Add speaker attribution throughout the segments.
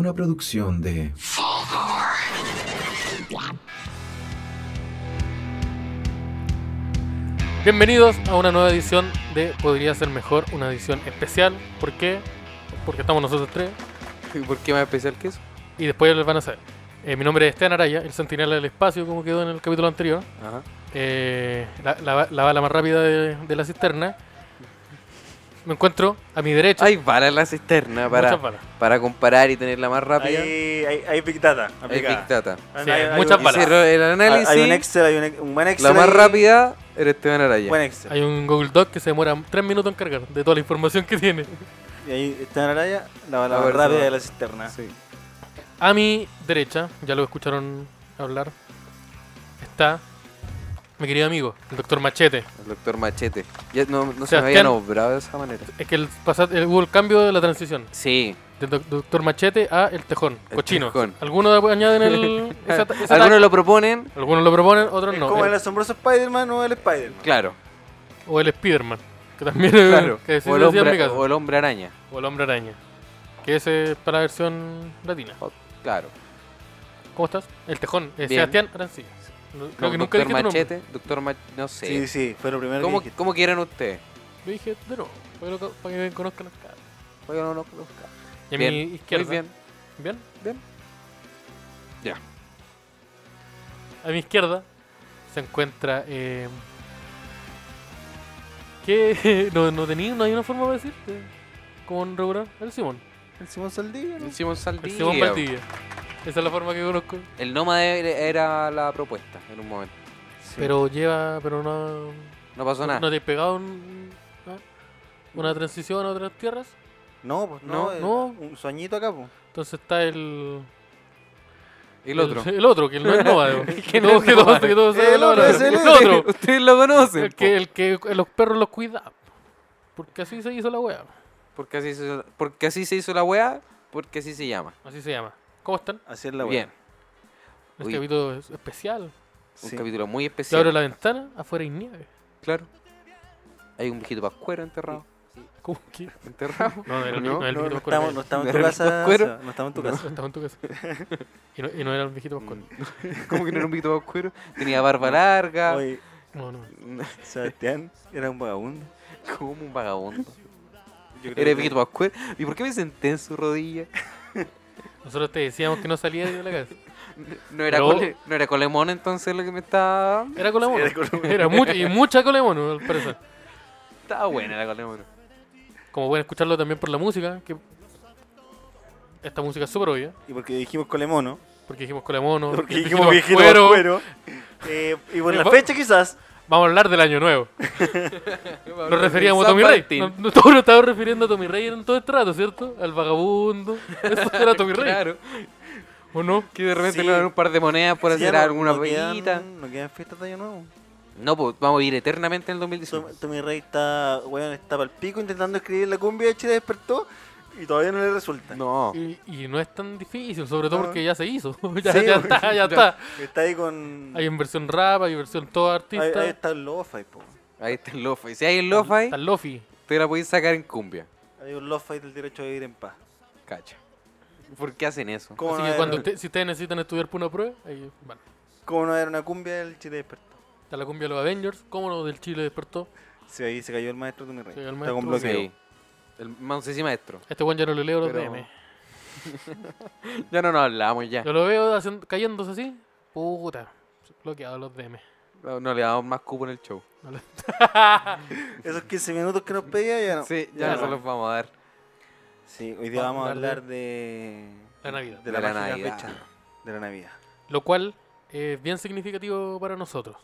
Speaker 1: Una producción de...
Speaker 2: Bienvenidos a una nueva edición de Podría ser mejor, una edición especial. ¿Por qué? Porque estamos nosotros tres
Speaker 3: ¿Y ¿Por qué más especial que eso?
Speaker 2: y después les van a saber. Eh, mi nombre es Esteban Araya, el centinela del espacio, como quedó en el capítulo anterior.
Speaker 3: Ajá.
Speaker 2: Eh, la, la- la bala más rápida de, de la cisterna. Me encuentro a mi derecha.
Speaker 3: Hay balas en la cisterna para,
Speaker 2: Muchas balas.
Speaker 3: para comparar y tenerla más rápida. Hay,
Speaker 4: Hay, hay, hay Big Data
Speaker 3: Big
Speaker 4: aplicada.
Speaker 3: Data.
Speaker 2: Sí,
Speaker 4: Hay-
Speaker 2: hay
Speaker 4: hay
Speaker 2: muchas
Speaker 4: un-
Speaker 2: balas.
Speaker 3: Hicieron el
Speaker 4: Ah, Hay,
Speaker 3: análisis.
Speaker 4: hay un Excel, hay un, ex- un buen Excel.
Speaker 3: la más
Speaker 4: ahí.
Speaker 3: rápida era Esteban Araya.
Speaker 4: Buen Excel.
Speaker 2: Hay un Google Doc que se demora 3 minutos en cargar de toda la información que tiene.
Speaker 4: Y ahí está en Araya, la,
Speaker 3: A
Speaker 4: la
Speaker 3: ver,
Speaker 4: más rápida
Speaker 3: no.
Speaker 4: de la cisterna.
Speaker 3: Sí.
Speaker 2: A mi derecha, ya lo escucharon hablar, está mi querido amigo, el doctor Machete.
Speaker 3: El doctor Machete. Ya no no se
Speaker 2: Sebastián.
Speaker 3: me había nombrado de esa manera.
Speaker 2: Es que el, pasa- el- hubo el cambio de la transición
Speaker 3: Sí.
Speaker 2: del doc- doctor Machete a el tejón,
Speaker 3: El
Speaker 2: cochino.
Speaker 3: tejón.
Speaker 2: Algunos añaden el. esa ta- esa
Speaker 3: Algunos
Speaker 2: tag-
Speaker 3: lo proponen.
Speaker 2: Algunos lo proponen, otros
Speaker 4: es
Speaker 2: no. eh.
Speaker 4: como
Speaker 2: El-
Speaker 4: el asombroso Spider-Man o el Spider-man.
Speaker 3: Claro.
Speaker 2: O el Spider-Man, que también es-
Speaker 3: claro.
Speaker 2: que sí
Speaker 3: o,
Speaker 2: se
Speaker 3: el
Speaker 2: decía en mi
Speaker 3: hombre,
Speaker 2: casa.
Speaker 3: o el hombre araña.
Speaker 2: O el hombre araña. Que ese es para la versión latina.
Speaker 3: O- claro.
Speaker 2: ¿Cómo estás? El tejón, eh,
Speaker 3: Bien.
Speaker 2: Sebastián Arancilla. No- Creo que
Speaker 3: No,
Speaker 2: nunca
Speaker 3: doctor
Speaker 2: dije tu nombre.
Speaker 3: Machete. Doctor Machete. No sé.
Speaker 4: Sí, sí, fue lo primero
Speaker 3: ¿Cómo,
Speaker 4: que dijiste.
Speaker 3: ¿Cómo quieren ustedes?
Speaker 2: Yo dije de nuevo, para que, lo- para que conozcan las caras.
Speaker 3: Oigan, no lo conozco.
Speaker 2: Y a
Speaker 3: Bien,
Speaker 2: mi
Speaker 3: muy
Speaker 2: izquierda.
Speaker 3: bien.
Speaker 2: ¿Bien?
Speaker 3: Bien. Ya.
Speaker 2: A mi izquierda se encuentra. Eh, ¿Qué? No, no, tenía, no hay una forma de decirte. Como un regular. El Simón.
Speaker 4: El Simón Saldivia, ¿no?
Speaker 3: El Simón
Speaker 2: El
Speaker 3: Saldivia.
Speaker 2: Simón Valdivia. Esa es la forma que conozco.
Speaker 3: El nómada e- era la propuesta en un momento.
Speaker 4: Sí.
Speaker 2: Pero lleva. Pero no.
Speaker 3: No pasó
Speaker 2: ¿No
Speaker 3: nada.
Speaker 2: te he pegado un- ¿no? una transición a otras tierras?
Speaker 4: No, pues no.
Speaker 3: No,
Speaker 4: eh,
Speaker 2: no.
Speaker 4: Un sueñito acá, pues.
Speaker 2: Entonces está el.
Speaker 3: el otro.
Speaker 2: El, otro, que no es nómada.
Speaker 3: Que no es
Speaker 2: que todos-
Speaker 3: nómada.
Speaker 2: que todos saben
Speaker 4: El
Speaker 2: la
Speaker 4: otro,
Speaker 2: palabra.
Speaker 4: es el
Speaker 2: El otro.
Speaker 3: Ustedes lo conocen.
Speaker 2: El que, el que los perros los cuida. Porque así se hizo la wea.
Speaker 3: po. Porque, así se hizo, porque así se hizo la weá, porque así se llama.
Speaker 2: Así se llama. ¿Cómo están?
Speaker 4: Así es la
Speaker 3: Bien.
Speaker 2: Este
Speaker 3: Uy.
Speaker 2: capítulo es especial.
Speaker 3: Un
Speaker 4: Sí.
Speaker 3: capítulo muy
Speaker 2: Yo abro
Speaker 3: especial.
Speaker 2: la ventana, afuera hay nieve.
Speaker 3: Claro. Hay un viejito pascuero enterrado.
Speaker 2: ¿Cómo que?
Speaker 3: Enterrado.
Speaker 2: No, no era el-
Speaker 3: No,
Speaker 2: no era el viejito
Speaker 4: No, no
Speaker 2: pascuero.
Speaker 4: estamos, no estamos en
Speaker 3: ¿Era
Speaker 4: tu
Speaker 3: el
Speaker 4: casa.
Speaker 3: cuero?
Speaker 4: Seba, No estamos en tu casa.
Speaker 2: Estaba en tu casa. Y no, y no era el viejito pascuero.
Speaker 3: ¿Cómo que no era un viejito pascuero? Tenía barba larga.
Speaker 4: Oye,
Speaker 2: No, no.
Speaker 4: Sebastián era un vagabundo.
Speaker 3: Como un vagabundo.
Speaker 4: Yo creo
Speaker 3: Era el
Speaker 4: que-
Speaker 3: viejito pascuero. ¿Y por qué me senté en su rodilla?
Speaker 2: Nosotros te decíamos que no salía de la casa.
Speaker 3: No era,
Speaker 2: Pero-
Speaker 3: cole- no era Colemón entonces lo que me estaba...
Speaker 2: Era cola de mono.
Speaker 4: era cola de mono.
Speaker 2: Era mucha, y mucha cola de mono, al parecer.
Speaker 3: Estaba buena la Colemón.
Speaker 2: Como pueden escucharlo también por la música, que esta música es súper obvia.
Speaker 4: Y porque dijimos Colemono.
Speaker 2: Porque dijimos cola de mono.
Speaker 4: Porque
Speaker 2: el
Speaker 4: dijimos viejito
Speaker 2: pascuero.
Speaker 4: cuero. Eh, y por la
Speaker 2: Va-
Speaker 4: fecha, quizás.
Speaker 2: Vamos a hablar del año nuevo. Nos referíamos a
Speaker 3: San
Speaker 2: Tommy Rey.
Speaker 3: Martín.
Speaker 2: No, no, todos nos estábamos refiriendo a Tommy Rey en todo este rato, ¿cierto? Al vagabundo. Eso era Tommy Rey.
Speaker 3: Claro.
Speaker 2: ¿O no?
Speaker 3: Que de repente
Speaker 4: Sí.
Speaker 3: le dan un par de monedas por
Speaker 4: Sí,
Speaker 3: hacer
Speaker 4: ya no-
Speaker 3: alguna
Speaker 4: no
Speaker 3: peguita.
Speaker 4: quedan- No quedan fiestas de año nuevo.
Speaker 3: No, pues vamos a vivir eternamente en el 2019.
Speaker 4: Tom- Tommy Rey está, weón, está pa'l pico intentando escribir la cumbia de Chile despertó y todavía no le resulta.
Speaker 3: No.
Speaker 2: Y, y no es tan difícil, sobre todo
Speaker 4: No.
Speaker 2: porque ya se hizo. ya,
Speaker 4: Sí,
Speaker 2: ya
Speaker 4: porque
Speaker 2: está, ya
Speaker 3: ya-
Speaker 2: está.
Speaker 4: Está ahí con.
Speaker 2: Hay en versión rap, hay en versión todo
Speaker 4: ahí,
Speaker 2: artista.
Speaker 4: ahí está el Lo-Fi, po.
Speaker 3: Ahí está el Lo-Fi. Si hay el Lo-Fi,
Speaker 2: Está Lofi.
Speaker 3: te la podéis sacar en cumbia.
Speaker 4: Hay un Lo-Fi del derecho a vivir en paz.
Speaker 3: Cacha. ¿Por qué hacen eso?
Speaker 4: ¿Cómo,
Speaker 2: Así
Speaker 4: no
Speaker 2: que
Speaker 4: era,
Speaker 2: cuando usted- si ustedes necesitan estudiar por una prueba, ahí van.
Speaker 4: cómo no era una cumbia del Chile despertó?
Speaker 2: Está la cumbia de los Avengers, cómo no del Chile despertó.
Speaker 4: Sí, ahí se cayó el maestro Tommy Rey.
Speaker 2: Se cayó el
Speaker 4: está con
Speaker 2: maestro.
Speaker 4: bloqueo.
Speaker 3: Sí. El, no sé si maestro.
Speaker 2: Este buen ya no lo leo los
Speaker 3: Pero-
Speaker 4: eh.
Speaker 2: DM.
Speaker 3: Ya no nos hablamos ya.
Speaker 2: Yo lo veo haciendo- cayéndose así. Puta. Bloqueado los DM.
Speaker 3: No, no le damos más cupo en el show.
Speaker 2: No lo-
Speaker 4: Esos 15 minutos que nos pedía ya no. Sí,
Speaker 3: Sí, ya
Speaker 2: Ya
Speaker 3: no
Speaker 2: no.
Speaker 3: se los vamos a dar.
Speaker 4: hoy día vamos a
Speaker 2: hablar
Speaker 4: hablar de.
Speaker 2: La Navidad.
Speaker 4: De la,
Speaker 3: De la
Speaker 4: mágica
Speaker 3: Navidad.
Speaker 4: fecha De la Navidad.
Speaker 2: Lo cual es bien significativo para nosotros.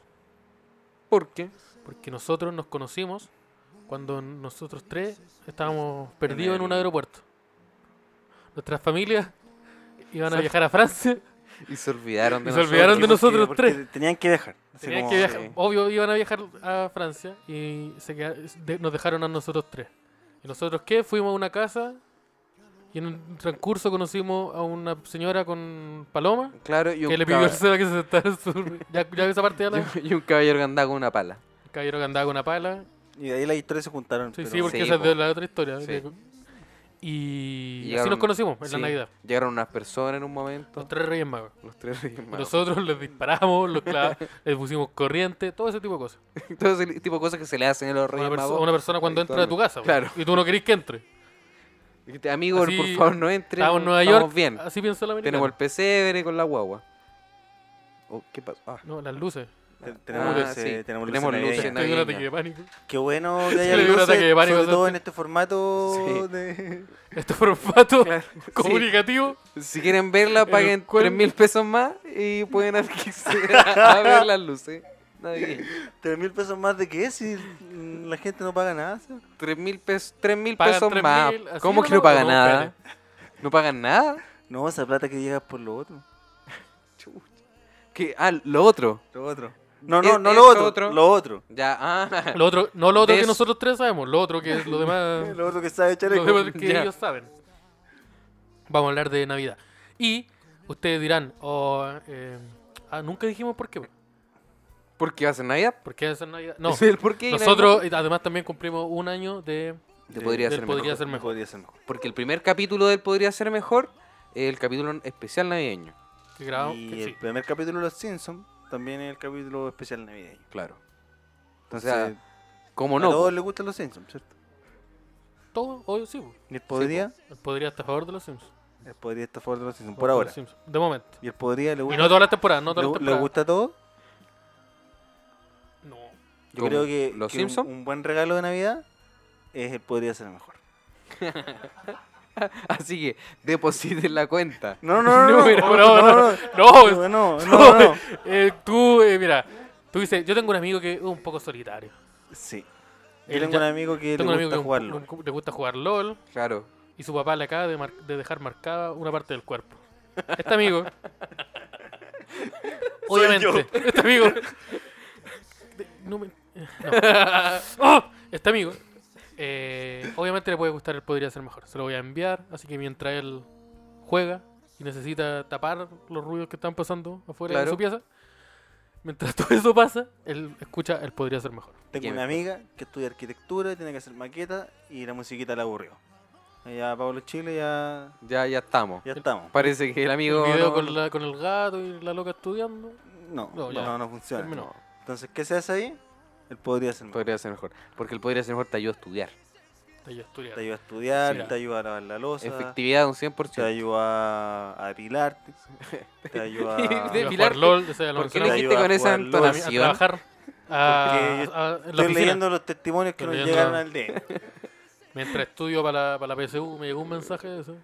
Speaker 3: ¿Por qué?
Speaker 2: Porque nosotros nos conocimos cuando nosotros tres estábamos perdidos en,
Speaker 3: el-
Speaker 2: un aeropuerto. Nuestras familias iban a viajar a Francia.
Speaker 3: Y se olvidaron de
Speaker 2: Y se
Speaker 3: nosotros.
Speaker 2: olvidaron de
Speaker 4: Porque-
Speaker 2: nosotros
Speaker 4: porque
Speaker 2: tres.
Speaker 4: Tenían que dejar. Así
Speaker 2: Tenían
Speaker 4: como-
Speaker 2: que viajar,
Speaker 3: sí.
Speaker 2: obvio, iban a viajar a Francia y se queda- de- nos dejaron a nosotros tres. ¿Y nosotros qué? Fuimos a una casa y en un transcurso conocimos a una señora con paloma
Speaker 3: Claro, y un,
Speaker 2: que le pidió al
Speaker 3: caballero,
Speaker 2: Seba que se sentara en su... Ya, ya esa parte ya la...
Speaker 3: y un caballero que andaba con una pala.
Speaker 2: El caballero que andaba con una pala
Speaker 4: Y de ahí las historias se juntaron.
Speaker 2: Sí,
Speaker 4: pero-
Speaker 2: sí, porque
Speaker 3: Sí,
Speaker 2: esa es
Speaker 3: po.
Speaker 2: de la otra historia.
Speaker 3: Sí.
Speaker 2: que- Y así
Speaker 3: Llegaron-
Speaker 2: nos conocimos en
Speaker 3: sí,
Speaker 2: la Navidad.
Speaker 3: Llegaron unas personas en un momento.
Speaker 2: Los tres Reyes Magos.
Speaker 3: Los tres reyes
Speaker 2: Y
Speaker 3: magos.
Speaker 2: Nosotros les disparamos, los clava- les pusimos corriente, todo ese tipo de cosas.
Speaker 3: Todo ese tipo de cosas que se le hacen a los
Speaker 2: A una,
Speaker 3: reyes
Speaker 2: perso-
Speaker 3: magos.
Speaker 2: a una persona cuando entra a tu casa. po.
Speaker 3: Claro.
Speaker 2: Y tú no querés que entre.
Speaker 3: Dijiste, Amigos,
Speaker 2: Así,
Speaker 3: por favor, no entren.
Speaker 2: Estamos en Nueva
Speaker 3: estamos
Speaker 2: York.
Speaker 3: bien.
Speaker 2: Así piensa la americana.
Speaker 3: Tenemos el pesebre con la guagua. Oh, ¿Qué pasó? Ah,
Speaker 2: No, las luces.
Speaker 4: Te- Tenemos,
Speaker 2: Ah,
Speaker 4: luces,
Speaker 3: sí. Tenemos
Speaker 4: tenemos luces
Speaker 3: luces
Speaker 4: navideñas.
Speaker 3: navideñas.
Speaker 2: Tengo un ataque de pánico.
Speaker 4: Qué bueno que
Speaker 2: le
Speaker 4: haya
Speaker 2: dio un
Speaker 4: luces,
Speaker 2: ataque de pánico,
Speaker 4: sobre todo
Speaker 2: ¿sabes?
Speaker 4: en este formato
Speaker 3: Sí.
Speaker 4: de...
Speaker 2: Este formato
Speaker 3: claro. Sí.
Speaker 2: comunicativo.
Speaker 3: Si quieren verla,
Speaker 2: En el
Speaker 3: paguen
Speaker 2: cual-
Speaker 3: 3 mil pesos más y pueden adquirir a ver las luces. navideñas.
Speaker 4: 3 mil pesos más de qué si mm, la gente no paga nada. ¿sí?
Speaker 3: 3 mil pesos, 3 mil
Speaker 2: Pagan
Speaker 3: pesos
Speaker 2: 3.000,
Speaker 3: más.
Speaker 2: así
Speaker 3: ¿Cómo
Speaker 2: no
Speaker 3: que no
Speaker 2: lo-
Speaker 3: pagan
Speaker 2: no,
Speaker 3: nada? ¿No pagan nada?
Speaker 4: No, esa plata que llega por lo otro.
Speaker 3: ¿Qué? Ah, lo otro.
Speaker 4: Lo otro. No,
Speaker 3: Es-
Speaker 4: no, no
Speaker 3: es
Speaker 4: lo otro,
Speaker 3: otro.
Speaker 4: Lo otro.
Speaker 3: Ya, ah.
Speaker 2: Lo otro, no lo otro
Speaker 3: Des-
Speaker 2: que nosotros tres sabemos, lo otro que es lo demás.
Speaker 4: Lo otro que sabe echar
Speaker 2: lo demás que
Speaker 3: Ya.
Speaker 2: ellos saben. Vamos a hablar de Navidad. Y ustedes dirán, oh, eh, ah, nunca dijimos por qué.
Speaker 3: ¿Por qué va a ser Navidad?
Speaker 2: ¿Por qué hacer Navidad? No,
Speaker 3: Es el por qué y Navidad.
Speaker 2: nosotros eh, además también cumplimos un año de
Speaker 3: Te podría
Speaker 2: del
Speaker 3: ser
Speaker 2: podría
Speaker 3: mejor.
Speaker 2: ser mejor.
Speaker 4: Podría ser mejor.
Speaker 3: Porque el primer capítulo del Podría ser mejor, el capítulo especial navideño.
Speaker 2: que grabamos.
Speaker 4: y
Speaker 2: que
Speaker 4: el
Speaker 2: sí.
Speaker 4: primer capítulo de Los Simpsons también es el capítulo especial navideño.
Speaker 3: Claro.
Speaker 4: O
Speaker 3: Entonces,
Speaker 4: sea,
Speaker 3: ¿cómo
Speaker 4: a
Speaker 3: no?
Speaker 4: todos les gustan Los Simpsons, ¿cierto?
Speaker 2: Todo, obvio, sí. po.
Speaker 4: Y el podría,
Speaker 2: El Podría estar a favor de los Simpsons.
Speaker 4: el podría está a favor de Los Simpsons,
Speaker 2: A
Speaker 4: por
Speaker 2: favor de
Speaker 4: ahora.
Speaker 2: los Simpsons, De momento.
Speaker 4: Y el podría le
Speaker 2: Y
Speaker 4: gusta,
Speaker 2: no todas las temporadas, no
Speaker 4: le,
Speaker 2: todas las
Speaker 4: le
Speaker 2: temporadas.
Speaker 4: gusta todo.
Speaker 2: No.
Speaker 4: Yo
Speaker 3: ¿Cómo?
Speaker 4: creo que,
Speaker 3: ¿Los
Speaker 4: que un-
Speaker 3: Simpsons?
Speaker 4: Un, buen regalo de Navidad es el podría ser mejor.
Speaker 3: Así que depositen la cuenta.
Speaker 4: No, no, no,
Speaker 2: No,
Speaker 4: no,
Speaker 2: mira,
Speaker 4: no,
Speaker 2: no,
Speaker 4: no,
Speaker 2: No,
Speaker 4: no,
Speaker 2: no,
Speaker 4: no, no, no.
Speaker 2: eh, tú, eh, mira, tú dices, yo tengo un amigo que es un poco solitario.
Speaker 4: Sí. Yo
Speaker 2: Él
Speaker 4: tengo
Speaker 2: ya-
Speaker 4: un amigo que le
Speaker 2: Tengo un amigo
Speaker 4: gusta
Speaker 2: que un-
Speaker 4: jugarlo.
Speaker 2: un- le gusta jugar LOL
Speaker 3: Claro.
Speaker 2: y su papá le acaba de, mar- de dejar marcada una parte del cuerpo. Este amigo, obviamente, este amigo, de- no me- eh, no. ¡Oh! este amigo, eh, obviamente le puede gustar, él podría ser mejor. Se lo voy a enviar, así que mientras él juega y necesita tapar los ruidos que están pasando afuera de
Speaker 3: Claro.
Speaker 2: su pieza, mientras todo eso pasa, él escucha, él podría ser mejor.
Speaker 4: Tengo
Speaker 3: ¿Quién?
Speaker 4: una amiga que estudia arquitectura, tiene que hacer maqueta y la musiquita la aburrió. Ya Pablo Chile ya,
Speaker 3: Ya, ya estamos.
Speaker 4: ya estamos.
Speaker 3: Parece que el amigo.
Speaker 2: el video
Speaker 3: no-
Speaker 2: con, la- con el gato y la loca estudiando.
Speaker 4: No,
Speaker 2: No,
Speaker 4: no,
Speaker 2: ya.
Speaker 4: no, funciona.
Speaker 2: Terminó.
Speaker 4: Entonces, ¿qué se hace ahí? El podría ser mejor.
Speaker 3: Podría ser mejor. Porque el podría ser mejor te ayuda a estudiar.
Speaker 2: Está ahí estudiando.
Speaker 4: Te ayuda a estudiar,
Speaker 2: Sí.
Speaker 4: te ayuda a lavar la losa,
Speaker 3: Efectividad de un
Speaker 4: te
Speaker 3: 100%.
Speaker 4: ayuda a depilarte, te ayuda a...
Speaker 3: De
Speaker 2: Iba a
Speaker 3: Pilar,
Speaker 2: jugar LOL, o sea, lo
Speaker 3: ¿Por qué
Speaker 4: no
Speaker 3: lo
Speaker 2: mencionamos.
Speaker 4: dijiste
Speaker 3: dijiste
Speaker 4: ayuda a
Speaker 3: con
Speaker 4: con
Speaker 2: a, a
Speaker 3: esa entonación?
Speaker 4: esa jugar LOL. con
Speaker 2: trabajar a,
Speaker 4: Porque yo
Speaker 2: a- en la
Speaker 4: Estoy
Speaker 2: oficina.
Speaker 4: leyendo los testimonios que
Speaker 2: Estoy
Speaker 4: nos
Speaker 2: leyendo-
Speaker 4: llegaron al día.
Speaker 2: Mientras estudio para la, para la PSU, me llegó un mensaje de eso.